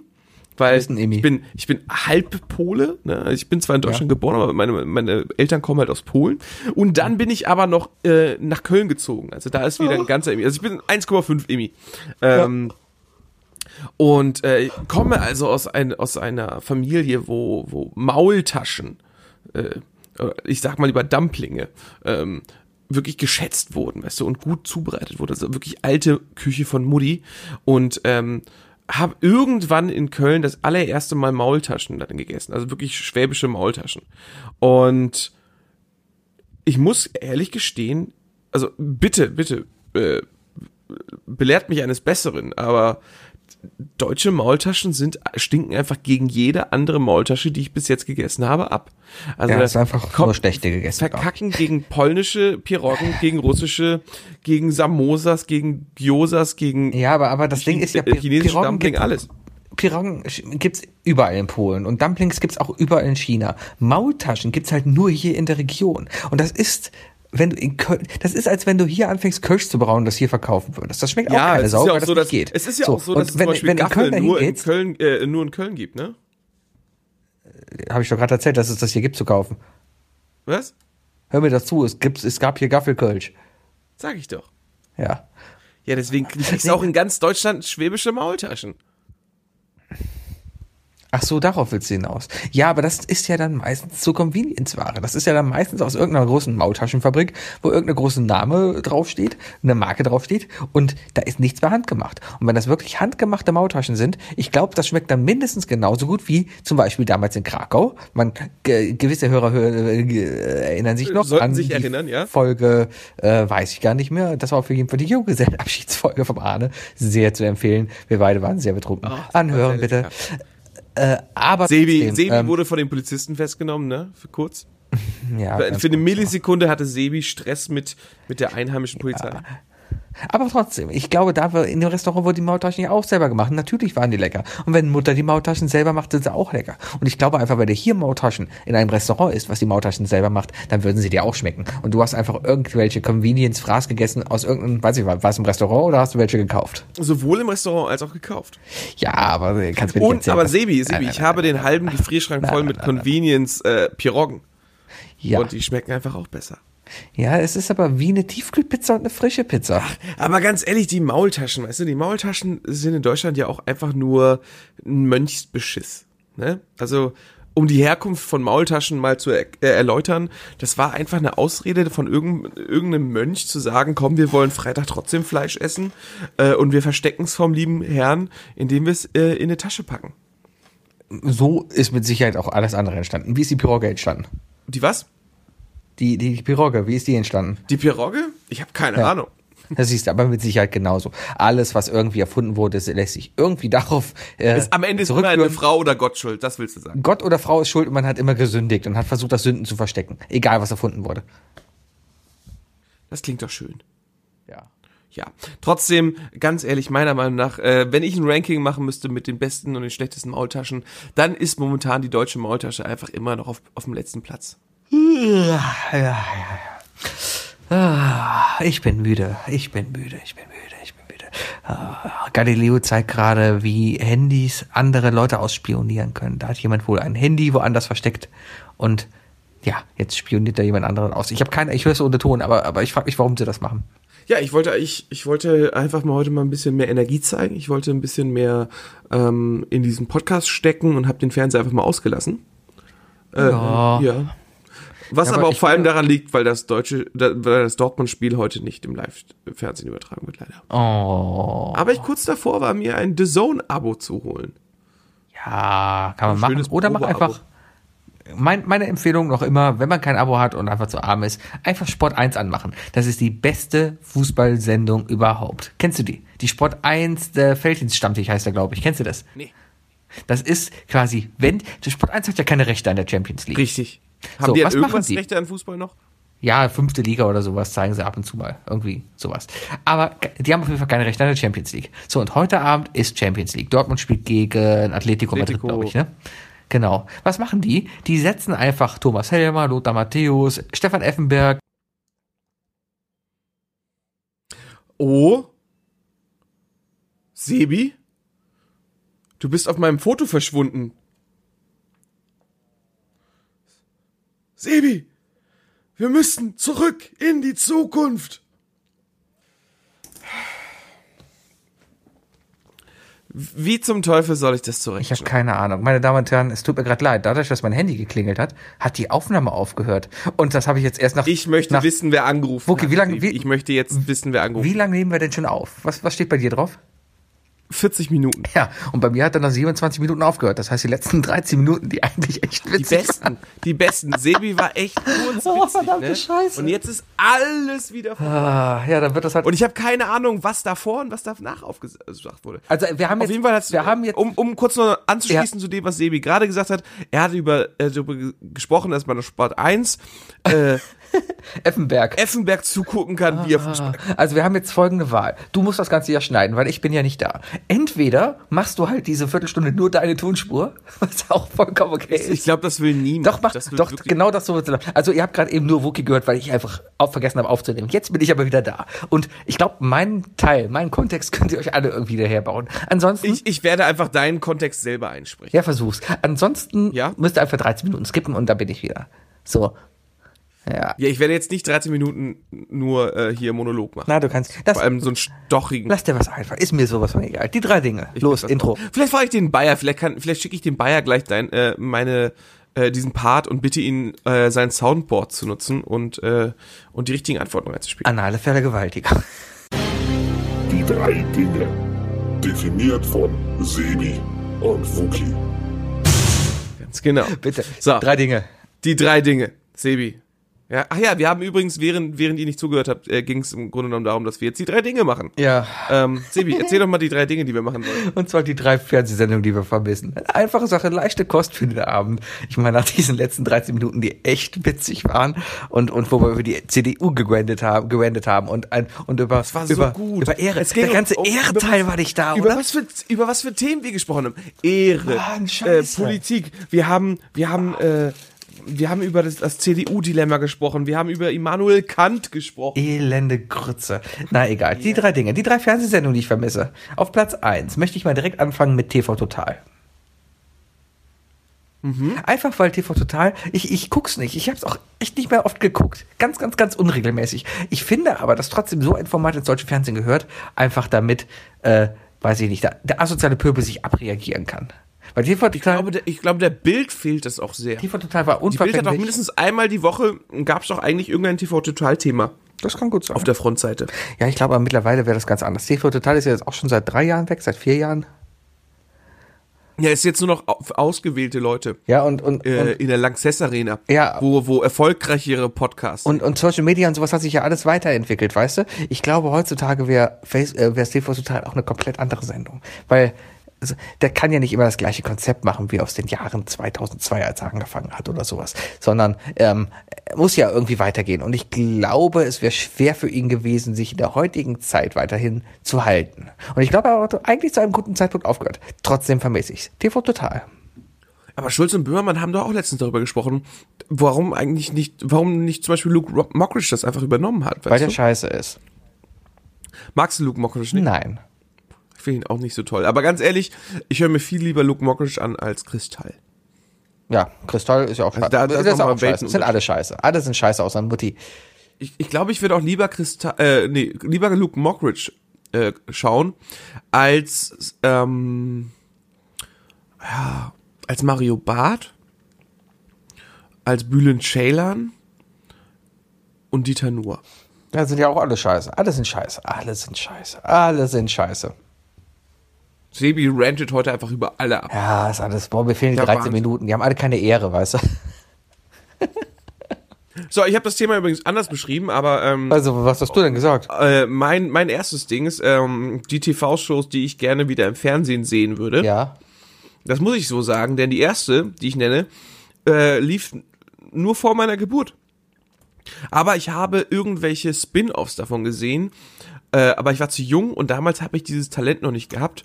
B: weil
C: bist ein Immi.
B: ich bin, ich bin halb Pole, ne? Ich bin zwar in Deutschland geboren, aber meine, meine Eltern kommen halt aus Polen. Und
C: Mhm.
B: dann bin ich aber noch äh, nach Köln gezogen. Also da ist wieder
C: Oh.
B: ein ganzer Immi. Also ich bin 1,5 Immi. Ähm, Und äh, ich komme also aus, ein, aus einer Familie, wo, wo Maultaschen äh, ich sag mal lieber Dumplinge, ähm, wirklich geschätzt wurden, weißt du, und gut zubereitet wurde. Also wirklich alte Küche von Mutti. Und ähm, habe irgendwann in Köln das allererste Mal Maultaschen dann gegessen. Also wirklich schwäbische Maultaschen. Und ich muss ehrlich gestehen, also bitte, bitte, äh, belehrt mich eines Besseren, aber deutsche Maultaschen sind, stinken einfach gegen jede andere Maultasche, die ich bis jetzt gegessen habe, ab. Also
C: Ja, das ist einfach
B: kommt-
C: nur schlechte gegessen.
B: Verkacken gegen polnische
C: [laughs]
B: Piroggen, gegen russische, gegen Samosas, gegen Gyosas, gegen
C: Ja, aber, aber das Ding
B: Chi-
C: ist ja,
B: äh, chinesische
C: Piroggen
B: Dumpling,
C: gibt,
B: alles.
C: Piroggen gibt's überall in Polen und Dumplings gibt's auch überall in China. Maultaschen gibt's halt nur hier in der Region. Und das ist, wenn du in Köln, das ist, als wenn du hier anfängst, Kölsch zu brauen und das hier verkaufen würdest. Das schmeckt auch
B: Ja,
C: keine
B: es ist
C: Sau,
B: ja
C: weil
B: auch
C: das
B: so,
C: nicht
B: dass,
C: geht.
B: es ist ja
C: So,
B: auch so,
C: und
B: dass es
C: wenn,
B: zum Beispiel
C: wenn in
B: Gaffel
C: Köln dahin
B: nur in
C: geht's,
B: Köln, äh, nur in Köln gibt, ne?
C: habe ich doch gerade erzählt, dass es das hier gibt zu kaufen.
B: Was?
C: Hör mir das zu, es, gibt, es gab hier Gaffelkölsch.
B: Sag ich doch.
C: Ja.
B: Ja, deswegen kriegst du auch in ganz Deutschland schwäbische Maultaschen.
C: Ach so, darauf willst du hinaus. Ja, aber das ist ja dann meistens so Convenience-Ware. Das ist ja dann meistens aus irgendeiner großen Maultaschenfabrik, wo irgendein großer Name draufsteht, eine Marke draufsteht und da ist nichts mehr handgemacht. Und wenn das wirklich handgemachte Maultaschen sind, ich glaube, das schmeckt dann mindestens genauso gut wie zum Beispiel damals in Krakau. Man, ge gewisse Hörer hö- äh, ge- äh, erinnern sich noch
B: Sollten
C: an
B: sich
C: die
B: erinnern, ja.
C: Folge, äh, weiß ich gar nicht mehr. Das war auf jeden Fall die Junggesellenabschiedsfolge vom Arne. Sehr zu empfehlen. Wir beide waren sehr betrunken.
B: Ach, das war
C: Anhören
B: sehr
C: bitte.
B: lecker.
C: Äh, aber
B: Sebi,
C: trotzdem,
B: Sebi
C: ähm,
B: wurde von den Polizisten festgenommen, ne? Für kurz.
C: ja, ganz
B: Für eine
C: kurz.
B: Millisekunde hatte Sebi Stress mit, mit der einheimischen Polizei.
C: Aber trotzdem, ich glaube, da war in dem Restaurant wurden die Maultaschen ja auch selber gemacht. Natürlich waren die lecker. Und wenn Mutter die Maultaschen selber macht, sind sie auch lecker. Und ich glaube einfach, wenn der hier Maultaschen in einem Restaurant ist, was die Maultaschen selber macht, dann würden sie dir auch schmecken. Und du hast einfach irgendwelche Convenience-Fraß gegessen aus irgendeinem, weiß ich mal, war es im Restaurant oder hast du welche gekauft?
B: Sowohl im Restaurant als auch gekauft.
C: Ja, aber äh, kannst mir nicht
B: Und,
C: erzählen,
B: aber
C: was-
B: Sebi, Sebi,
C: Nein, nein,
B: ich
C: nein,
B: habe
C: nein,
B: den halben Gefrierschrank voll mit Convenience-Piroggen.
C: ja.
B: Und die schmecken einfach auch besser.
C: ja, es ist aber wie eine Tiefkühlpizza und eine frische Pizza.
B: Aber ganz ehrlich, die Maultaschen, weißt du, die Maultaschen sind in Deutschland ja auch einfach nur ein Mönchsbeschiss. Ne? Also, um die Herkunft von Maultaschen mal zu er äh, erläutern, das war einfach eine Ausrede von irgend irgendeinem Mönch zu sagen, komm, wir wollen Freitag trotzdem Fleisch essen äh, und wir verstecken es vom lieben Herrn, indem wir es äh, in eine Tasche packen.
C: So ist mit Sicherheit auch alles andere entstanden. Wie ist die Pirogge entstanden?
B: Die was?
C: Die, die, die Pirogge, wie ist die entstanden?
B: Die Pirogge? Ich habe keine
C: Ja.
B: Ahnung.
C: Das ist aber mit Sicherheit genauso. Alles, was irgendwie erfunden wurde, das lässt sich irgendwie [laughs] darauf äh,
B: Am Ende ist immer
C: zurückführen.
B: eine Frau oder Gott schuld, das willst du sagen.
C: Gott oder Frau ist schuld und man hat immer gesündigt und hat versucht, das Sünden zu verstecken. Egal, was erfunden wurde.
B: Das klingt doch schön.
C: Ja.
B: Ja, trotzdem, ganz ehrlich, meiner Meinung nach, äh, wenn ich ein Ranking machen müsste mit den besten und den schlechtesten Maultaschen, dann ist momentan die deutsche Maultasche einfach immer noch auf, auf dem letzten Platz.
C: Ja, ja, ja, ja. Ah, Ich bin müde, ich bin müde, ich bin müde, ich bin müde. Ah, Galileo zeigt gerade, wie Handys andere Leute ausspionieren können. Da hat jemand wohl ein Handy woanders versteckt und ja, jetzt spioniert da jemand anderen aus. Ich habe keine, ich höre es ohne Ton, aber, aber ich frage mich, warum sie das machen.
B: Ja, ich wollte, ich, ich wollte einfach mal heute mal ein bisschen mehr Energie zeigen. Ich wollte ein bisschen mehr ähm, in diesen Podcast stecken und habe den Fernseher einfach mal ausgelassen. Äh,
C: Ja.
B: ja. Was
C: Ja,
B: aber,
C: aber
B: auch
C: ich-
B: vor allem daran liegt, weil das deutsche, da- weil das Dortmund-Spiel heute nicht im Live-Fernsehen übertragen wird, leider.
C: Oh,
B: Aber ich kurz davor war, mir ein The Zone-Abo zu holen.
C: ja, kann man machen.
B: schönes
C: Oder mach
B: Probeabo.
C: einfach. Mein, meine Empfehlung noch immer, wenn man kein Abo hat und einfach zu arm ist, einfach Sport 1 anmachen. Das ist die beste Fußballsendung überhaupt. Kennst du die? Die Sport 1, der Felddienst-Stammtisch heißt er, glaube ich. Kennst du das?
B: Nee.
C: Das ist quasi, wenn, der Sport 1 hat ja keine Rechte an der Champions League.
B: Richtig. Haben
C: So,
B: die an
C: was machen
B: irgendwas
C: die?
B: Rechte an Fußball noch?
C: Ja, fünfte Liga oder sowas zeigen sie ab und zu mal. Irgendwie sowas. Aber ke- die haben auf jeden Fall keine Rechte an der Champions League. So, und heute Abend ist Champions League. Dortmund spielt gegen Atletico, Madrid,
B: Atletico.
C: glaube ich, ne? Genau. Was machen die? Die setzen einfach Thomas Helmer, Lothar Matthäus, Stefan Effenberg.
B: Oh. Sebi? Du bist auf meinem Foto verschwunden. Sebi! Wir müssen zurück in die Zukunft! Wie zum Teufel soll ich das
C: Ich habe
B: zurechtschneiden?
C: keine Ahnung. Meine Damen und Herren, es tut mir gerade leid. Dadurch, dass mein Handy geklingelt hat, hat die Aufnahme aufgehört. Und das habe ich jetzt erst nach...
B: Ich möchte
C: nach,
B: wissen, wer angerufen
C: Wookie,
B: hat.
C: wie lange-
B: Sebi.
C: wie-
B: ich möchte jetzt wissen, wer angerufen
C: Wie lange nehmen wir denn schon auf? Was, was steht bei dir drauf?
B: hat. 40 Minuten.
C: Ja, und bei mir hat er nach 27 Minuten aufgehört. Das heißt, die letzten 13 Minuten, die eigentlich echt [laughs]
B: Die
C: witzig waren.
B: besten, die besten. Sebi war echt kurz
C: [laughs] Oh,
B: witzig,
C: verdammte
B: ne?
C: Scheiße.
B: Und jetzt ist alles wieder vorbei.
C: Ah, ja, dann wird das halt.
B: Und ich habe keine Ahnung, was davor und was danach aufgesagt wurde.
C: also wir haben jetzt,
B: Auf jeden Fall hat's,
C: wir haben jetzt,
B: um, um kurz noch anzuschließen zu dem, was Sebi gerade gesagt hat, er hat über, äh, darüber ge- gesprochen, dass man auf Sport 1 äh,
C: Effenberg.
B: Effenberg zugucken kann, wie er Fußball.
C: Also wir haben jetzt folgende Wahl. Du musst das Ganze ja schneiden, weil ich bin ja nicht da. Entweder machst du halt diese Viertelstunde nur deine Tonspur, [laughs] was auch vollkommen okay ist.
B: Ich glaube, das will niemand.
C: doch, mach,
B: das will
C: doch,
B: wirklich-
C: genau das so. wird's laufen. Also ihr habt gerade eben nur Wookie gehört, weil ich einfach auf, vergessen habe aufzunehmen. Jetzt bin ich aber wieder da. Und ich glaube, meinen Teil, meinen Kontext [laughs] könnt ihr euch alle irgendwie daherbauen. Ansonsten...
B: Ich, ich werde einfach deinen Kontext selber einsprechen.
C: Ja, versuch's. Ansonsten
B: Ja?
C: müsst ihr einfach 13 Minuten skippen und da bin ich wieder. So. Ja.
B: Ja, ich werde jetzt nicht 13 Minuten nur äh, hier Monolog machen.
C: Na, du kannst. Das,
B: Vor allem so einen stochigen.
C: lass dir was einfallen. Ist mir sowas von egal. Die drei Dinge.
B: Ich
C: Los,
B: weiß was
C: Intro.
B: drauf. Vielleicht frage ich den Bayer, vielleicht, kann, vielleicht schicke ich dem Bayer gleich dein, äh, meine, äh, diesen Part und bitte ihn, äh, sein Soundboard zu nutzen und, äh, und die richtigen Antworten reinzuspielen.
C: Anale Vergewaltiger.
D: Die drei Dinge. Definiert von Sebi und Wookie.
C: Ah,
B: Ganz genau.
C: [laughs] Bitte.
B: So.
C: Drei Dinge.
B: Die drei Dinge, Sebi. Ja, ach ja, wir haben übrigens, während, während ihr nicht zugehört habt, äh, ging es im Grunde genommen darum, dass wir jetzt die drei Dinge machen.
C: Ja.
B: Ähm, Sebi, erzähl doch mal die drei Dinge, die wir machen wollen.
C: Und zwar die drei Fernsehsendungen, die wir vermissen. Eine einfache Sache, leichte Kost für den Abend. Ich meine, nach diesen letzten 13 Minuten, die echt witzig waren und, und wo wir über die CDU gewendet haben, gewendet haben und, ein, und über,
B: war so
C: über,
B: gut.
C: über Ehre.
B: Es ging
C: Der ganze
B: um- über-
C: Ehrenteil war nicht da,
B: Über
C: Ah, oder?
B: was, für, über was für Themen wir gesprochen haben. Ehre,
C: Mann,
B: äh,
C: scheiße.
B: Politik. Wir haben, wir haben, äh, wir haben über das, das CDU-Dilemma gesprochen. Wir haben über Immanuel Kant gesprochen.
C: Elende Grütze. Na egal, die drei Dinge, die drei Fernsehsendungen, die ich vermisse. Auf Platz eins möchte ich mal direkt anfangen mit TV Total.
B: Mhm.
C: Einfach weil TV Total, ich, ich guck's nicht. Ich hab's auch echt nicht mehr oft geguckt. Ganz, ganz, ganz unregelmäßig. Ich finde aber, dass trotzdem so ein Format ins deutsche Fernsehen gehört, einfach damit, äh, weiß ich nicht, der, der asoziale Pöbel sich abreagieren kann. Weil TV
B: Ich glaube,
C: Total,
B: der, ich glaube, der Bild fehlt das auch sehr. Die
C: TV Total war
B: Bild hat doch
C: unverfänglich.
B: mindestens einmal die Woche, gab es doch eigentlich irgendein TV-Total-Thema
C: Das kann gut sein.
B: auf der Frontseite.
C: Ja, ich glaube, aber mittlerweile wäre das ganz anders. TV Total ist ja jetzt auch schon seit drei Jahren weg, seit vier Jahren.
B: Ja, ist jetzt nur noch auf ausgewählte Leute.
C: Ja, und, und,
B: äh, in der Lanxess Arena,
C: Ja.
B: wo, wo erfolgreichere Podcasts.
C: und, und, und Social Media und sowas hat sich ja alles weiterentwickelt, weißt du? Ich glaube, heutzutage wäre Face, äh, wäre TV Total auch eine komplett andere Sendung. Weil, also, der kann ja nicht immer das gleiche Konzept machen, wie aus den Jahren 2002, als er angefangen hat oder sowas. Sondern, ähm, muss ja irgendwie weitergehen. Und ich glaube, es wäre schwer für ihn gewesen, sich in der heutigen Zeit weiterhin zu halten. Und ich glaube, er hat eigentlich zu einem guten Zeitpunkt aufgehört. Trotzdem vermisse ich's. TV Total.
B: Aber Schulz und Böhmermann haben doch auch letztens darüber gesprochen, warum eigentlich nicht, warum nicht zum Beispiel Luke Ro- Mockridge das einfach übernommen hat.
C: Weil der
B: Weißt du?
C: scheiße ist.
B: Magst du Luke Mockridge nicht?
C: Nein.
B: Ich finde ihn auch nicht so toll. Aber ganz ehrlich, ich höre mir viel lieber Luke Mockridge an als Kristall.
C: Ja, Kristall ist ja auch scheiße.
B: Also da- da ist
C: das ist
B: nochmal
C: auch scheiße.
B: Weltenunterschied.
C: Sind alle scheiße. Alle sind scheiße außer Mutti.
B: Ich, ich glaube, ich würde auch lieber Kristall, äh, nee, lieber Luke Mockridge äh, schauen, als, ähm, ja, als Mario Barth, als Bülent Ceylan und Dieter Nuhr.
C: Da sind ja auch alle scheiße. Alle sind scheiße. Alle sind scheiße. Alle sind scheiße.
B: Sebi rantet heute einfach über alle ab.
C: Ja, ist alles. Boah, mir fehlen die
B: Ja,
C: 13
B: Wahnsinn.
C: Minuten. Die haben alle keine Ehre,
B: [laughs]
C: weißt du?
B: So, ich habe das Thema übrigens anders beschrieben, aber ähm,
C: Also, was hast du denn gesagt?
B: äh, mein, mein erstes Ding ist, ähm, die TV-Shows, die ich gerne wieder im Fernsehen sehen würde.
C: Ja.
B: Das muss ich so sagen, denn die erste, die ich nenne, äh, lief nur vor meiner Geburt. Aber ich habe irgendwelche Spin-offs davon gesehen, äh, aber ich war zu jung und damals habe ich dieses Talent noch nicht gehabt.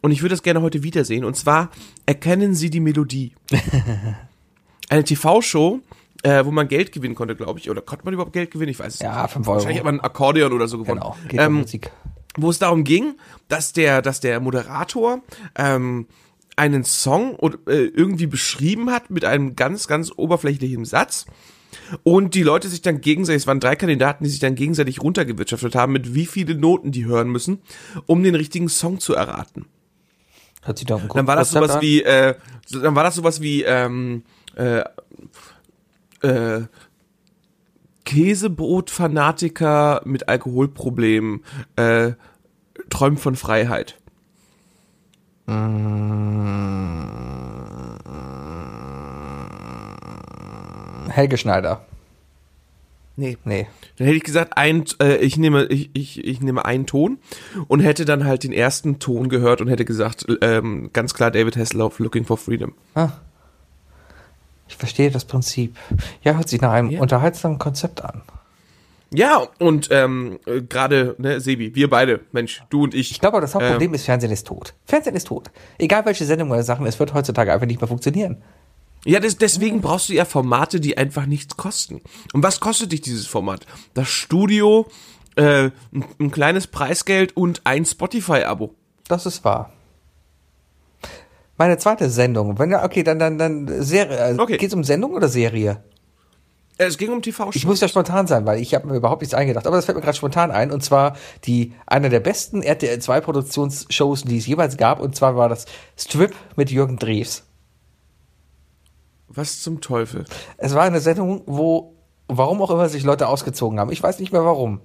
B: Und ich würde das gerne heute wiedersehen. Und zwar erkennen Sie die Melodie.
C: [laughs]
B: Eine TV-Show, äh, wo man Geld gewinnen konnte, glaube ich. Oder konnte man überhaupt Geld gewinnen? Ich weiß es
C: Ja,
B: nicht.
C: 5 Euro.
B: Wahrscheinlich hat man ein Akkordeon oder so gewonnen.
C: Genau. Geht um
B: ähm,
C: Musik.
B: wo es darum ging, dass der, dass der Moderator ähm, einen Song und, äh, irgendwie beschrieben hat mit einem ganz, ganz oberflächlichen Satz. Und die Leute sich dann gegenseitig, es waren drei Kandidaten, die sich dann gegenseitig runtergewirtschaftet haben, mit wie viele Noten die hören müssen, um den richtigen Song zu erraten.
C: Hört sich doch ein
B: Dann war das sowas wie, äh, so- dann war das sowas wie, ähm, äh, äh, Käsebrot-Fanatiker mit Alkoholproblemen, äh, träumt von Freiheit.
C: Helge Schneider.
B: Nee.
C: Nee.
B: Dann hätte ich gesagt, ein, äh, ich nehme, ich, ich, ich nehme einen Ton und hätte dann halt den ersten Ton gehört und hätte gesagt, ähm, ganz klar David Hasselhoff, Looking for Freedom.
C: Ah. Ich verstehe das Prinzip. Ja, hört sich nach einem
B: Ja.
C: unterhaltsamen Konzept an.
B: Ja, und ähm, äh, gerade, ne, Sebi, wir beide, Mensch, du und ich.
C: Ich glaube, aber das Hauptproblem ist, Fernsehen ist tot. Fernsehen ist tot. Egal welche Sendung oder Sachen, es wird heutzutage einfach nicht mehr funktionieren.
B: Ja, des, deswegen brauchst du ja Formate, die einfach nichts kosten. Und was kostet dich dieses Format? Das Studio, äh, ein, ein kleines Preisgeld und ein Spotify-Abo.
C: Das ist wahr. Meine zweite Sendung. Wenn, okay, dann, dann, dann Serie. äh,
B: Okay.
C: Geht es um Sendung oder Serie?
B: Es ging um TV-Shows.
C: Ich muss ja spontan sein, weil ich habe mir überhaupt nichts eingedacht. Aber das fällt mir gerade spontan ein. Und zwar die einer der besten RTL 2 Produktionsshows, die es jemals gab. Und zwar war das Strip mit Jürgen Drews.
B: Was zum Teufel?
C: Es war eine Sendung, wo warum auch immer sich Leute ausgezogen haben. Ich weiß nicht mehr warum.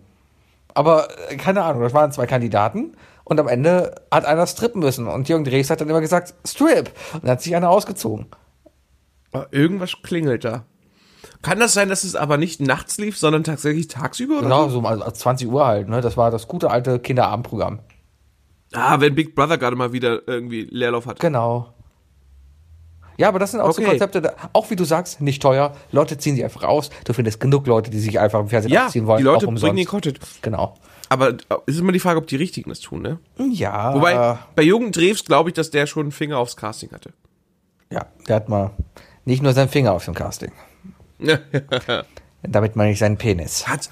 C: Aber äh, keine Ahnung, das waren zwei Kandidaten und am Ende hat einer strippen müssen. Und Jürgen Drews hat dann immer gesagt, Strip. Und dann hat sich einer ausgezogen.
B: Ah, Irgendwas klingelt da. Kann das sein, dass es aber nicht nachts lief, sondern tatsächlich tagsüber? Oder?
C: Genau, so um also 20 Uhr halt. Ne? Das war das gute alte Kinderabendprogramm.
B: Ah, wenn Big Brother gerade mal wieder irgendwie Leerlauf hat.
C: Genau. Ja, aber das sind auch so
B: Okay.
C: Konzepte, da, auch wie du sagst, nicht teuer. Leute ziehen sich einfach aus. Du findest genug Leute, die sich einfach im Fernsehen
B: Ja, die
C: ausziehen wollen.
B: Leute
C: auch
B: bringen den
C: umsonst.
B: Content.
C: Genau.
B: Aber es ist immer die Frage, ob die Richtigen das tun, ne?
C: Ja.
B: Wobei, bei Jürgen Drews glaube ich, dass der schon einen Finger aufs Casting hatte.
C: Ja, der hat mal nicht nur seinen Finger auf dem Casting. Damit meine ich seinen Penis.
B: Hat,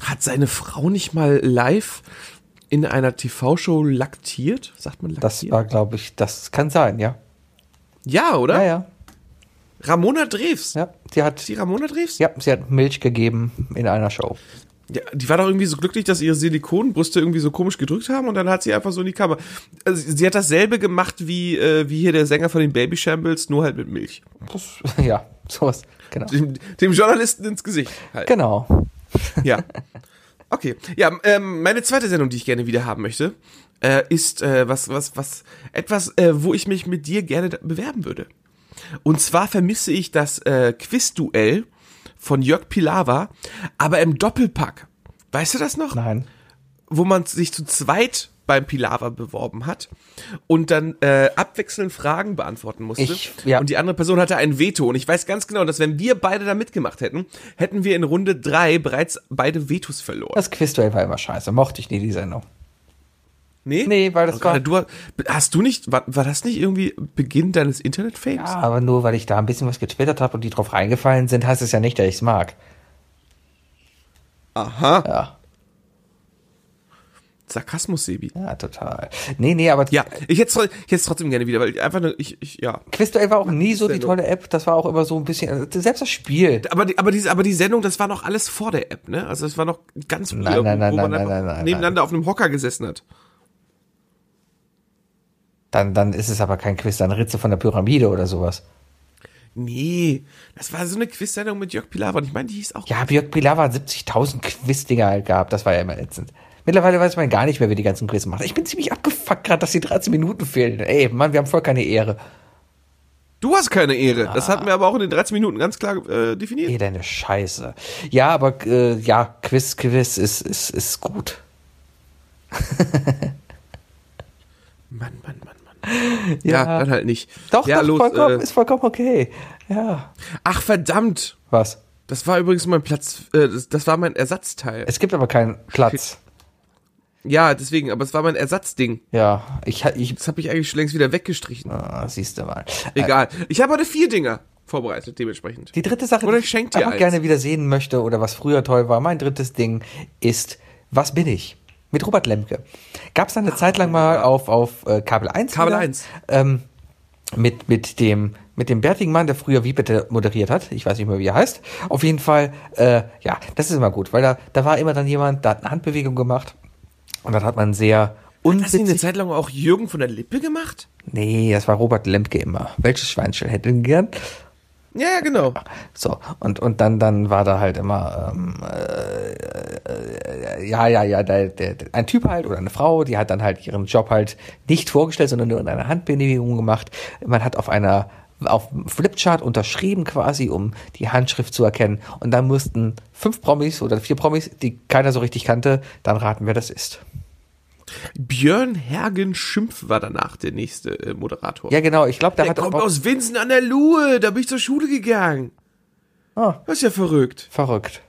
B: hat seine Frau nicht mal live in einer TV-Show laktiert? Sagt man
C: Das
B: laktiert?
C: war, glaube ich, das kann sein, ja.
B: ja, oder?
C: Ja, ja.
B: Ramona Drews.
C: ja. Sie, hat,
B: Ist die Ramona Drews?
C: ja sie hat Milch gegeben in einer Show.
B: Ja, die war doch irgendwie so glücklich, dass ihre Silikonbrüste irgendwie so komisch gedrückt haben und dann hat sie einfach so in die Kamera. Also sie hat dasselbe gemacht wie, äh, wie hier der Sänger von den Baby Shambles, nur halt mit Milch.
C: Das, [laughs] ja, sowas. Genau.
B: Dem, dem Journalisten ins Gesicht. Halt.
C: Genau.
B: Ja. Okay. Ja, ähm, meine zweite Sendung, die ich gerne wieder haben möchte, äh, ist äh, was, was, was, etwas, äh, wo ich mich mit dir gerne da- bewerben würde. Und zwar vermisse ich das äh, Quizduell von Jörg Pilawa, aber im Doppelpack. Weißt du das noch?
C: Nein.
B: wo man sich zu zweit beim Pilawa beworben hat und dann äh, abwechselnd Fragen beantworten musste.
C: Ich- ja.
B: Und die andere Person hatte ein Veto. Und ich weiß ganz genau, dass wenn wir beide da mitgemacht hätten, hätten wir in Runde drei bereits beide Vetos verloren.
C: Das Quizduell war immer scheiße. Mochte ich nie die Sendung.
B: Nee?
C: Nee, weil das
B: Oh, gerade
C: war-
B: Du, hast- hast du nicht, war, war das nicht irgendwie Beginn deines Internet-Fames?
C: Aber nur weil ich da ein bisschen was getwittert habe und die drauf reingefallen sind, heißt es ja nicht, dass ich es mag.
B: Aha.
C: Ja.
B: Sarkasmus, Sebi.
C: Ja, total. Nee, nee, aber
B: Ja, ich hätte es ich hätt's trotzdem gerne wieder, weil einfach nur, ich, ich, ja.
C: Quizduell war auch nie so die
B: Sendung.
C: tolle App. Das war auch immer so ein bisschen, also selbst das Spiel.
B: Aber die, aber, die, aber die Sendung, das war noch alles vor der App, ne? Also das war noch ganz
C: Nein, nein, nein,
B: wo man
C: nein,
B: einfach
C: nein, nein, nein.
B: nebeneinander auf einem Hocker gesessen hat.
C: Dann, dann ist es aber kein Quiz, dann Ritze von der Pyramide oder sowas.
B: Nee, das war so eine Quiz-Sendung mit Jörg Pilawa und ich meine, die hieß auch.
C: Ja, Björk Pilawa hat 70.000 Quiz-Dinger halt gehabt. Das war ja immer ätzend. Mittlerweile weiß man gar nicht mehr, wer die ganzen Quiz macht. Ich bin ziemlich abgefuckt gerade, dass die 13 Minuten fehlen. Ey, Mann, wir haben voll keine Ehre.
B: Du hast keine Ehre.
C: Ah.
B: Das hatten wir aber auch in den 13 Minuten ganz klar äh, definiert.
C: Ey, deine Scheiße. Ja, aber äh, ja, Quiz, Quiz ist, ist, ist gut.
B: Mann, Mann, Mann, Mann. Ja, dann halt nicht.
C: Doch,
B: ja,
C: doch,
B: los.
C: vollkommen,
B: äh,
C: ist vollkommen okay. Ja.
B: ach, verdammt.
C: Was?
B: Das war übrigens mein Platz, äh, das, das war mein Ersatzteil.
C: Es gibt aber keinen Platz.
B: ja, deswegen, aber es war mein Ersatzding.
C: Ja, ich, ich,
B: Das habe ich eigentlich schon längst wieder weggestrichen.
C: ah, siehst du mal.
B: Egal. Ich habe heute vier Dinger vorbereitet, dementsprechend.
C: Die dritte Sache,
B: Oder
C: die
B: ich schenk dir
C: einfach
B: eins.
C: gerne wieder sehen möchte oder was früher toll war, mein drittes Ding ist Was bin ich? Mit Robert Lemke. Gab es eine Zeit lang mal auf, auf äh, Kabel 1.
B: Ah, Kabel
C: wieder,
B: 1.
C: Ähm, mit, mit dem mit dem bärtigen Mann, der früher wie bitte moderiert hat. Ich weiß nicht mehr, wie er heißt. Auf jeden Fall, äh, ja, das ist immer gut, weil da, da war immer dann jemand, der hat eine Handbewegung gemacht und dann hat man sehr
B: Hast du
C: unwitzig
B: eine Zeit lang auch Jürgen von der Lippe gemacht?
C: Nee, das war Robert Lemke immer. Welches Schweinchen hätte ihn gern?
B: Ja, ja, genau.
C: Ah. So, und, und dann, dann war da halt immer, ähm, äh, äh, ja, ja, ja, der, der, der, ein Typ halt oder eine Frau, die hat dann halt ihren Job halt nicht vorgestellt, sondern nur in einer Handbewegung gemacht. Man hat auf einer, auf einem Flipchart unterschrieben quasi, um die Handschrift zu erkennen. Und dann mussten fünf Promis oder vier Promis, die keiner so richtig kannte, dann raten, wer das ist.
B: Björn Hergen Schimpf war danach der nächste äh, Moderator.
C: Ja, genau, ich glaube, da
B: der
C: hat
B: kommt aus Winsen an der Luhe, da bin ich zur Schule gegangen.
C: Ah.
B: Das ist ja verrückt.
C: verrückt.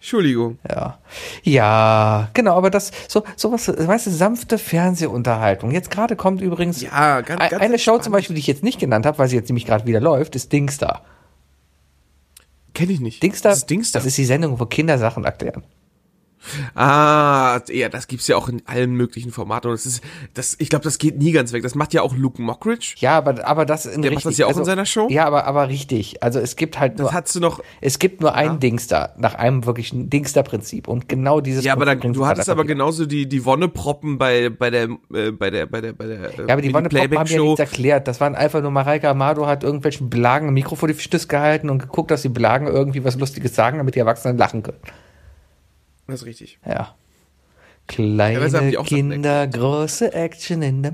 B: Entschuldigung.
C: Ja. Ja, genau, aber das, so, sowas, weißt du, sanfte Fernsehunterhaltung. Jetzt gerade kommt übrigens
B: Ja, ganz-
C: e-
B: ganz
C: eine Show zum
B: entspannt.
C: Beispiel, die ich jetzt nicht genannt habe, weil sie jetzt nämlich gerade wieder läuft, ist Dingsda.
B: Kenn ich nicht.
C: Dingsda,
B: Das ist Dingsda.
C: das ist die Sendung, wo Kinder Sachen erklären.
B: Ah, ja, das gibt's ja auch in allen möglichen Formaten. Und das ist, das, ich glaube, das geht nie ganz weg. Das macht ja auch Luke Mockridge.
C: Ja, aber, aber das in also,
B: Der macht das ja auch in seiner Show?
C: Ja, aber, aber richtig. Also es gibt halt nur,
B: Das hattest du noch.
C: es gibt nur ein Dingster, nach einem wirklichen Dingster-Prinzip. Und genau dieses
B: Ja, aber da,
C: Prinzip
B: du
C: hat
B: hattest
C: einfach
B: aber
C: wieder-
B: genauso die die Wonneproppen bei bei der äh, bei der bei der bei der äh,
C: Ja, aber die Wonne Pop haben ja
B: Playback-Show.
C: nichts erklärt. Das waren einfach nur Mareike Amado hat irgendwelchen Belagen ein Mikro vor die Stöße gehalten und geguckt, dass die Belagen irgendwie was Lustiges sagen, damit die Erwachsenen lachen können.
B: Das ist richtig.
C: Ja.
B: Ja, besser haben
C: Kleine
B: die auch Sachen
C: Kinder, große Action in der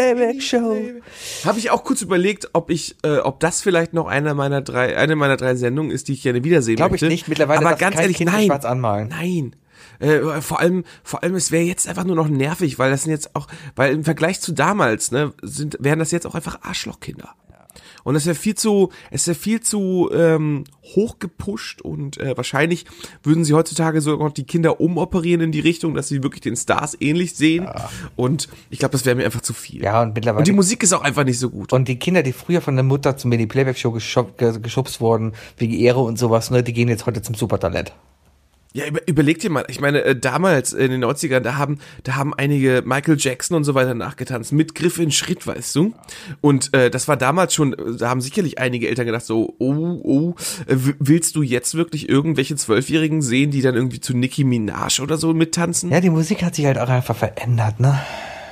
C: Mini-Playback-Show.
B: Habe ich auch kurz überlegt, ob ich, äh, ob das vielleicht noch einer meiner drei, eine meiner drei Sendungen ist, die ich gerne wiedersehen
C: Glaube ich
B: möchte.
C: nicht. Mittlerweile
B: aber
C: darf
B: ganz
C: kein
B: ehrlich,
C: Kind
B: nein,
C: schwarz anmalen.
B: nein. Äh, vor allem, vor allem, es wäre jetzt einfach nur noch nervig, weil das sind jetzt auch, weil im Vergleich zu damals, ne, sind, wären das jetzt auch einfach Arschlochkinder. Und das wäre viel zu, es wäre viel zu ähm, hochgepusht und äh, wahrscheinlich würden sie heutzutage sogar noch die Kinder umoperieren in die Richtung, dass sie wirklich den Stars ähnlich sehen. Und ich glaube, das wäre mir einfach zu viel.
C: Ja, und mittlerweile.
B: Und die Musik ist auch einfach nicht so gut.
C: Und die Kinder, die früher von der Mutter zum Mini-Playback-Show geschub, ge- geschubst wurden, wegen Ehre und sowas, ne, die gehen jetzt heute zum Supertalent.
B: Ja, über, überleg dir mal, ich meine, äh, damals in den 90ern, da haben, da haben einige Michael Jackson und so weiter nachgetanzt, mit Griff in Schritt, weißt du? Und äh, das war damals schon, äh, da haben sicherlich einige Eltern gedacht, so, oh, oh, äh, w- willst du jetzt wirklich irgendwelche Zwölfjährigen sehen, die dann irgendwie zu Nicki Minaj oder so mittanzen?
C: Ja, die Musik hat sich halt auch einfach verändert, ne?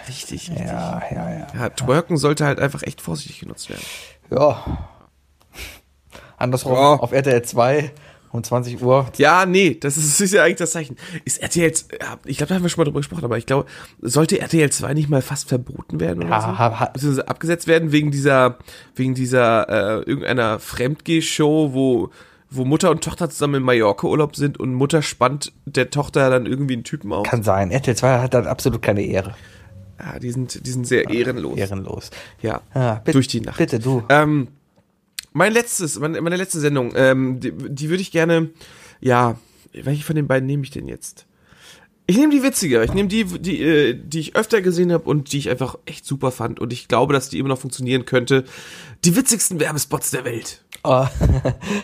B: Richtig, richtig. Ah, Ja.
C: Ja, ja, ja.
B: Twerken sollte halt einfach echt vorsichtig genutzt werden.
C: Ja. Andersrum
B: Ja.
C: auf RTL 2 um 20 Uhr.
B: Ja, nee, das ist, [laughs] das ist ja eigentlich das Zeichen. Ist RTL, ich glaube, da haben wir schon mal drüber gesprochen, aber ich glaube, sollte RTL 2 nicht mal fast verboten werden oder so?
C: Ha, ha, ha.
B: Beziehungsweise abgesetzt werden wegen dieser, wegen dieser, äh, irgendeiner Fremdgeh-Show, wo, wo Mutter und Tochter zusammen in Mallorca Urlaub sind und Mutter spannt der Tochter dann irgendwie einen Typen auf.
C: Kann sein. RTL 2 hat halt absolut keine Ehre.
B: Ja, die sind, die sind sehr ehrenlos.
C: Ah, Ehrenlos.
B: Ja,
C: Ah, bitte-
B: durch die Nacht.
C: bitte, du.
B: Ähm, mein letztes, meine, meine letzte Sendung, ähm, die, die würde ich gerne, ja, welche von den beiden nehme ich denn jetzt? Ich nehme die witzige, ich nehme die, die, äh, die ich öfter gesehen habe und die ich einfach echt super fand und ich glaube, dass die immer noch funktionieren könnte. Die witzigsten Werbespots der Welt.
C: Oh.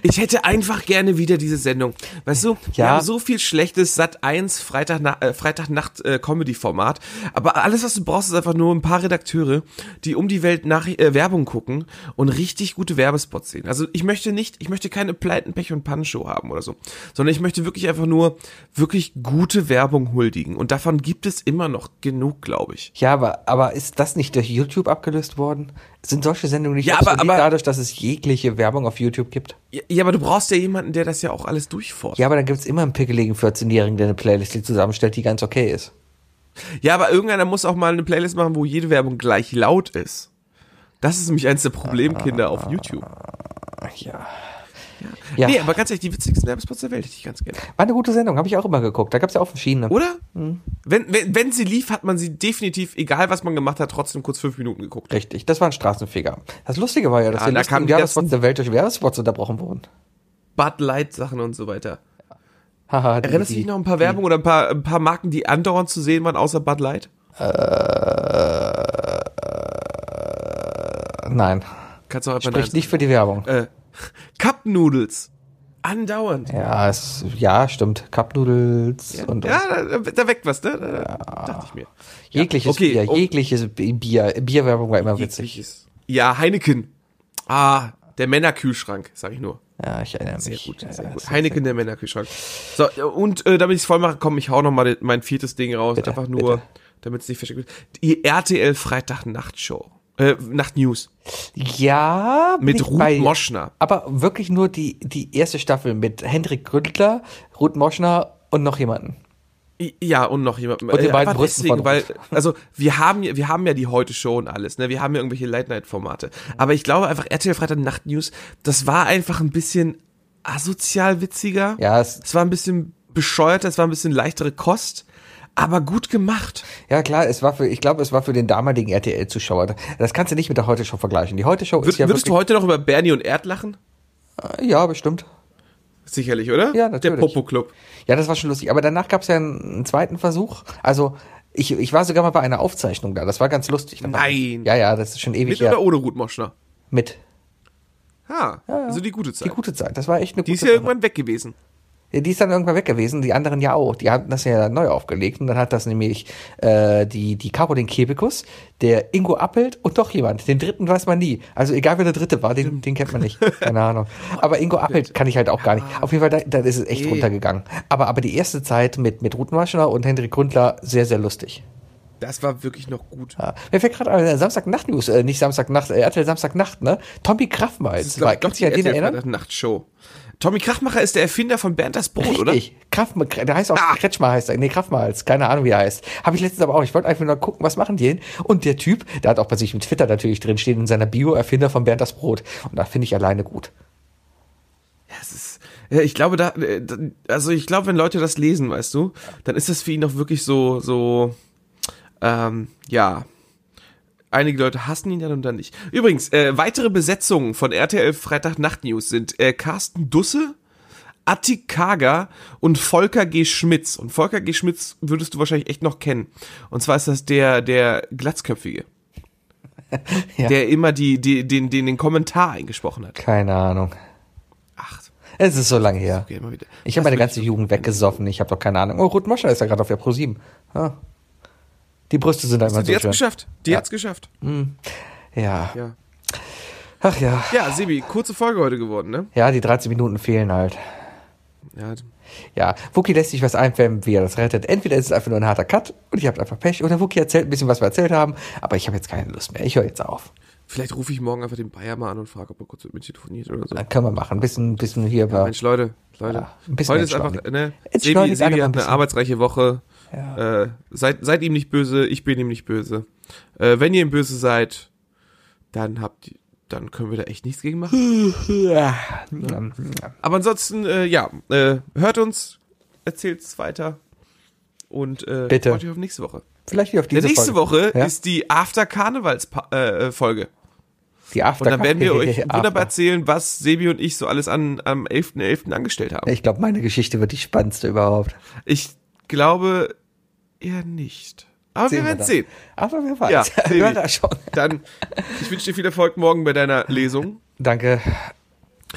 B: Ich hätte einfach gerne wieder diese Sendung. Weißt du, wir
C: Ja.
B: haben so viel schlechtes Sat 1 Freitag äh, Freitagnacht äh, Comedy Format, aber alles was du brauchst ist einfach nur ein paar Redakteure, die um die Welt nach äh, Werbung gucken und richtig gute Werbespots sehen. Also, ich möchte nicht, ich möchte keine Pleiten Pech und Pannen Show haben oder so, sondern ich möchte wirklich einfach nur wirklich gute Werbung huldigen und davon gibt es immer noch genug, glaube ich.
C: [laughs] Ja, aber, aber ist das nicht durch YouTube abgelöst worden? Sind solche Sendungen nicht
B: Ja, aber-
C: obsolet
B: aber-
C: dadurch, dass es jegliche Werbung auf YouTube gibt?
B: Ja, ja, aber du brauchst ja jemanden, der das ja auch alles durchforscht.
C: Ja, aber dann gibt's immer einen pickeligen 14-Jährigen, der eine Playlist zusammenstellt, die ganz okay ist.
B: Ja, aber irgendeiner muss auch mal eine Playlist machen, wo jede Werbung gleich laut ist. Das ist nämlich eins der Problemkinder auf YouTube.
C: Ja. Ja.
B: Nee, aber ganz ehrlich, die witzigsten Werbespots der Welt hätte ich ganz gerne.
C: War eine gute Sendung, habe ich auch immer geguckt. Da gab's ja auch verschiedene.
B: Oder?
C: Hm.
B: Wenn, wenn, wenn sie lief, hat man sie definitiv, egal was man gemacht hat, trotzdem kurz fünf Minuten geguckt.
C: Richtig, das war ein Straßenfeger. Das Lustige war ja, dass
B: Ja,
C: die
B: da
C: letzten
B: kamen die
C: Werbespots der Welt durch Werbespots unterbrochen wurden.
B: Bud Light Sachen und so weiter.
C: Haha, die-
B: Erinnerst du
C: die-
B: dich noch an ein paar Werbung oder ein paar, ein paar Marken, die andauernd zu sehen waren, außer Bud Light?
C: Nein,
B: Kannst du auch einfach
C: spricht
B: Nein
C: nicht für die Werbung.
B: sagen. Äh, Cup Noodles. Andauernd.
C: Ja, es, ja, stimmt. Cup Noodles und, und
B: Ja, da, da weckt was, ne? Da, da, Dachte ich mir.
C: jegliches
B: okay,
C: Bier,
B: um-
C: jegliches Bi- Bier, Bierwerbung war immer witzig.
B: Jegliches. Ja, Heineken. Ah, der Männerkühlschrank, sag ich nur.
C: Ja, ich erinnere mich.
B: Sehr gut,
C: Ja,
B: sehr gut.
C: sehr,
B: Heineken, der Männerkühlschrank. So, und äh, damit ich es voll mache, komm, ich hau noch mal mein viertes Ding raus.
C: Bitte,
B: einfach nur,
C: bitte.
B: damit es nicht versteckt wird. Die RTL Freitag Nacht Show. Äh, Nacht News.
C: Ja, bin
B: Mit
C: ich
B: Ruth
C: bei-
B: Moschner.
C: Aber wirklich nur die, die erste Staffel mit Hendrik Gründler, Ruth Moschner und noch jemanden.
B: I- Ja, und noch jemand. Und
C: die beiden Brüsten vorne
B: weil,
C: [laughs] drauf.
B: also, wir haben, ja- wir haben ja die heute Show und alles, ne? Wir haben ja irgendwelche Late-Night-Formate. Aber ich glaube einfach, RTL Freitag Nacht News, das war einfach ein bisschen asozial witziger.
C: Ja, es,
B: Es war ein bisschen bescheuert, es war ein bisschen leichtere Kost, aber gut gemacht.
C: ja klar, es war für, ich glaube, es war für den damaligen RTL-Zuschauer. Das kannst du nicht mit der Heute-Show vergleichen. Die Heute-Show ist
B: Würd,
C: ja
B: würdest du
C: wirklich,
B: heute noch über Bernie und Erd lachen?
C: Ja, bestimmt.
B: Sicherlich, oder?
C: Ja, natürlich.
B: Der Popo-Club.
C: Ja, das war schon lustig. Aber danach gab es ja einen, einen zweiten Versuch. Also, ich, ich war sogar mal bei einer Aufzeichnung da. Das war ganz lustig. Da war-
B: Nein.
C: Ja, ja, das ist schon ewig
B: Mit
C: her.
B: oder ohne Ruth Moschner?
C: Mit.
B: Ha, also die gute Zeit.
C: Die gute Zeit. Das war echt eine
B: Die
C: gute
B: ist ja irgendwann weg gewesen.
C: Die ist dann irgendwann weg gewesen, die anderen ja auch. Die haben das ja neu aufgelegt und dann hat das nämlich äh, die, die Caroline Kebekus, der Ingo Appelt und doch jemand. Den dritten weiß man nie. Also egal wer der dritte war, den, den kennt man nicht. Keine Ahnung. Aber Ingo Appelt kann ich halt auch gar nicht. Auf jeden Fall, da, da ist es echt
B: Nee.
C: runtergegangen. Aber, aber die erste Zeit mit, mit Ruth Maschner und Hendrik Grundler sehr, sehr lustig.
B: Das war wirklich noch gut.
C: Ja. Mir fällt gerade äh, Samstagnacht-News, äh, nicht Samstagnacht, äh, RTL Samstagnacht, ne? Tommy Kraft war jetzt. dabei. Kannst du dich an den erinnern?
B: Nachtshow. Tommy Krachmacher ist der Erfinder von Bernd das Brot, oder? Ah.
C: Richtig. Kraft, der heißt auch Kretschmer heißt er. Nee, Kraftmals. Keine Ahnung, wie er heißt. Habe ich letztens aber auch. Ich wollte einfach nur gucken, was machen die denn? Und der Typ, der hat auch bei sich mit Twitter natürlich drin stehen, in seiner Bio Erfinder von Bernd das Brot. Und da finde ich alleine gut.
B: Das ist, ja, ich glaube, da, äh, da- also ich glaube, wenn Leute das lesen, weißt du, dann ist das für ihn noch wirklich so, so, ähm, ja. Einige Leute hassen ihn dann und dann nicht. Übrigens, äh, weitere Besetzungen von RTL Freitag Nacht News sind äh, Carsten Dusse, Attik Kager und Volker G. Schmitz. Und Volker G. Schmitz würdest du wahrscheinlich echt noch kennen. Und zwar ist das der, der Glatzköpfige.
C: [laughs] Ja.
B: Der immer die, die, den, den, den Kommentar eingesprochen hat.
C: Keine Ahnung.
B: Ach,
C: Es ist so lange her.
B: okay, immer wieder.
C: Ich habe meine ganze Jugend weggesoffen. Ich habe doch keine Ahnung. Oh, Ruth Moschner ist ja gerade auf der Pro 7. Ah. Die Brüste sind da immer
B: Die
C: so
B: hat's
C: schön.
B: geschafft. Die
C: Ja.
B: hat's geschafft.
C: Ja.
B: Ja.
C: Ach ja.
B: Ja, Sebi, kurze Folge heute geworden, ne?
C: Ja, die 13 Minuten fehlen halt.
B: Ja.
C: Ja, Wookie lässt sich was einfallen, wie er das rettet. Entweder ist es einfach nur ein harter Cut und ich habe einfach Pech oder Wookie erzählt ein bisschen, was wir erzählt haben, aber ich habe jetzt keine Lust mehr. Ich höre jetzt auf.
B: Vielleicht rufe ich morgen einfach den Bayer mal an und frage, ob er kurz mit mir telefoniert oder so.
C: Dann können wir machen. Ein bisschen, bisschen hier bei.
B: Mensch, Leute, Leute.
C: Ja, ein bisschen
B: heute ist einfach,
C: entspannen.
B: ne? Sebi,
C: Entschleunigt alle
B: Sebi
C: mal ein
B: hat eine
C: bisschen.
B: arbeitsreiche Woche. Äh, seid, seid ihm nicht böse, ich bin ihm nicht böse. Äh, wenn ihr ihm böse seid, dann habt ihr, dann können wir da echt nichts gegen
C: [laughs]
B: machen. ne?
C: ähm,
B: Aber ansonsten, äh, ja, äh, hört uns, erzählt's weiter und äh,
C: Bitte.
B: freut euch auf nächste Woche.
C: Vielleicht wieder auf
B: Die
C: diese
B: nächste
C: Folge.
B: Woche
C: Ja?
B: ist die After-Karnevals-Folge.
C: Die After
B: Und dann
C: [laughs]
B: werden wir euch wunderbar erzählen, was Sebi und ich so alles an, am 11.11. angestellt haben.
C: Ich glaube, meine Geschichte wird die spannendste überhaupt.
B: Ich glaube eher nicht. Aber wir werden
C: dann.
B: sehen.
C: Aber wer weiß.
B: Ja,
C: wir
B: Sebi.
C: werden da schon.
B: Dann, ich wünsche dir viel Erfolg morgen bei deiner Lesung.
C: Danke.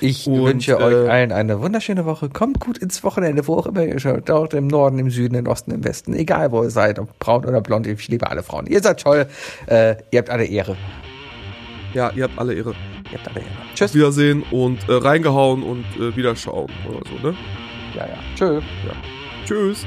C: Ich
B: Und,
C: wünsche
B: äh,
C: euch allen eine wunderschöne Woche. Kommt gut ins Wochenende, wo auch immer ihr schaut. Dort im Norden, im Süden, im Osten, im Westen. Egal, wo ihr seid, ob braun oder blond. Ich liebe alle Frauen. Ihr seid toll. Äh, ihr habt alle Ehre.
B: Ja, ihr habt alle ihre.
C: Ihr habt alle Ehre. Tschüss.
B: Auf Wiedersehen und äh, reingehauen und äh, wieder schauen oder so, ne?
C: Ja, ja. Tschüss.
B: Tschüss.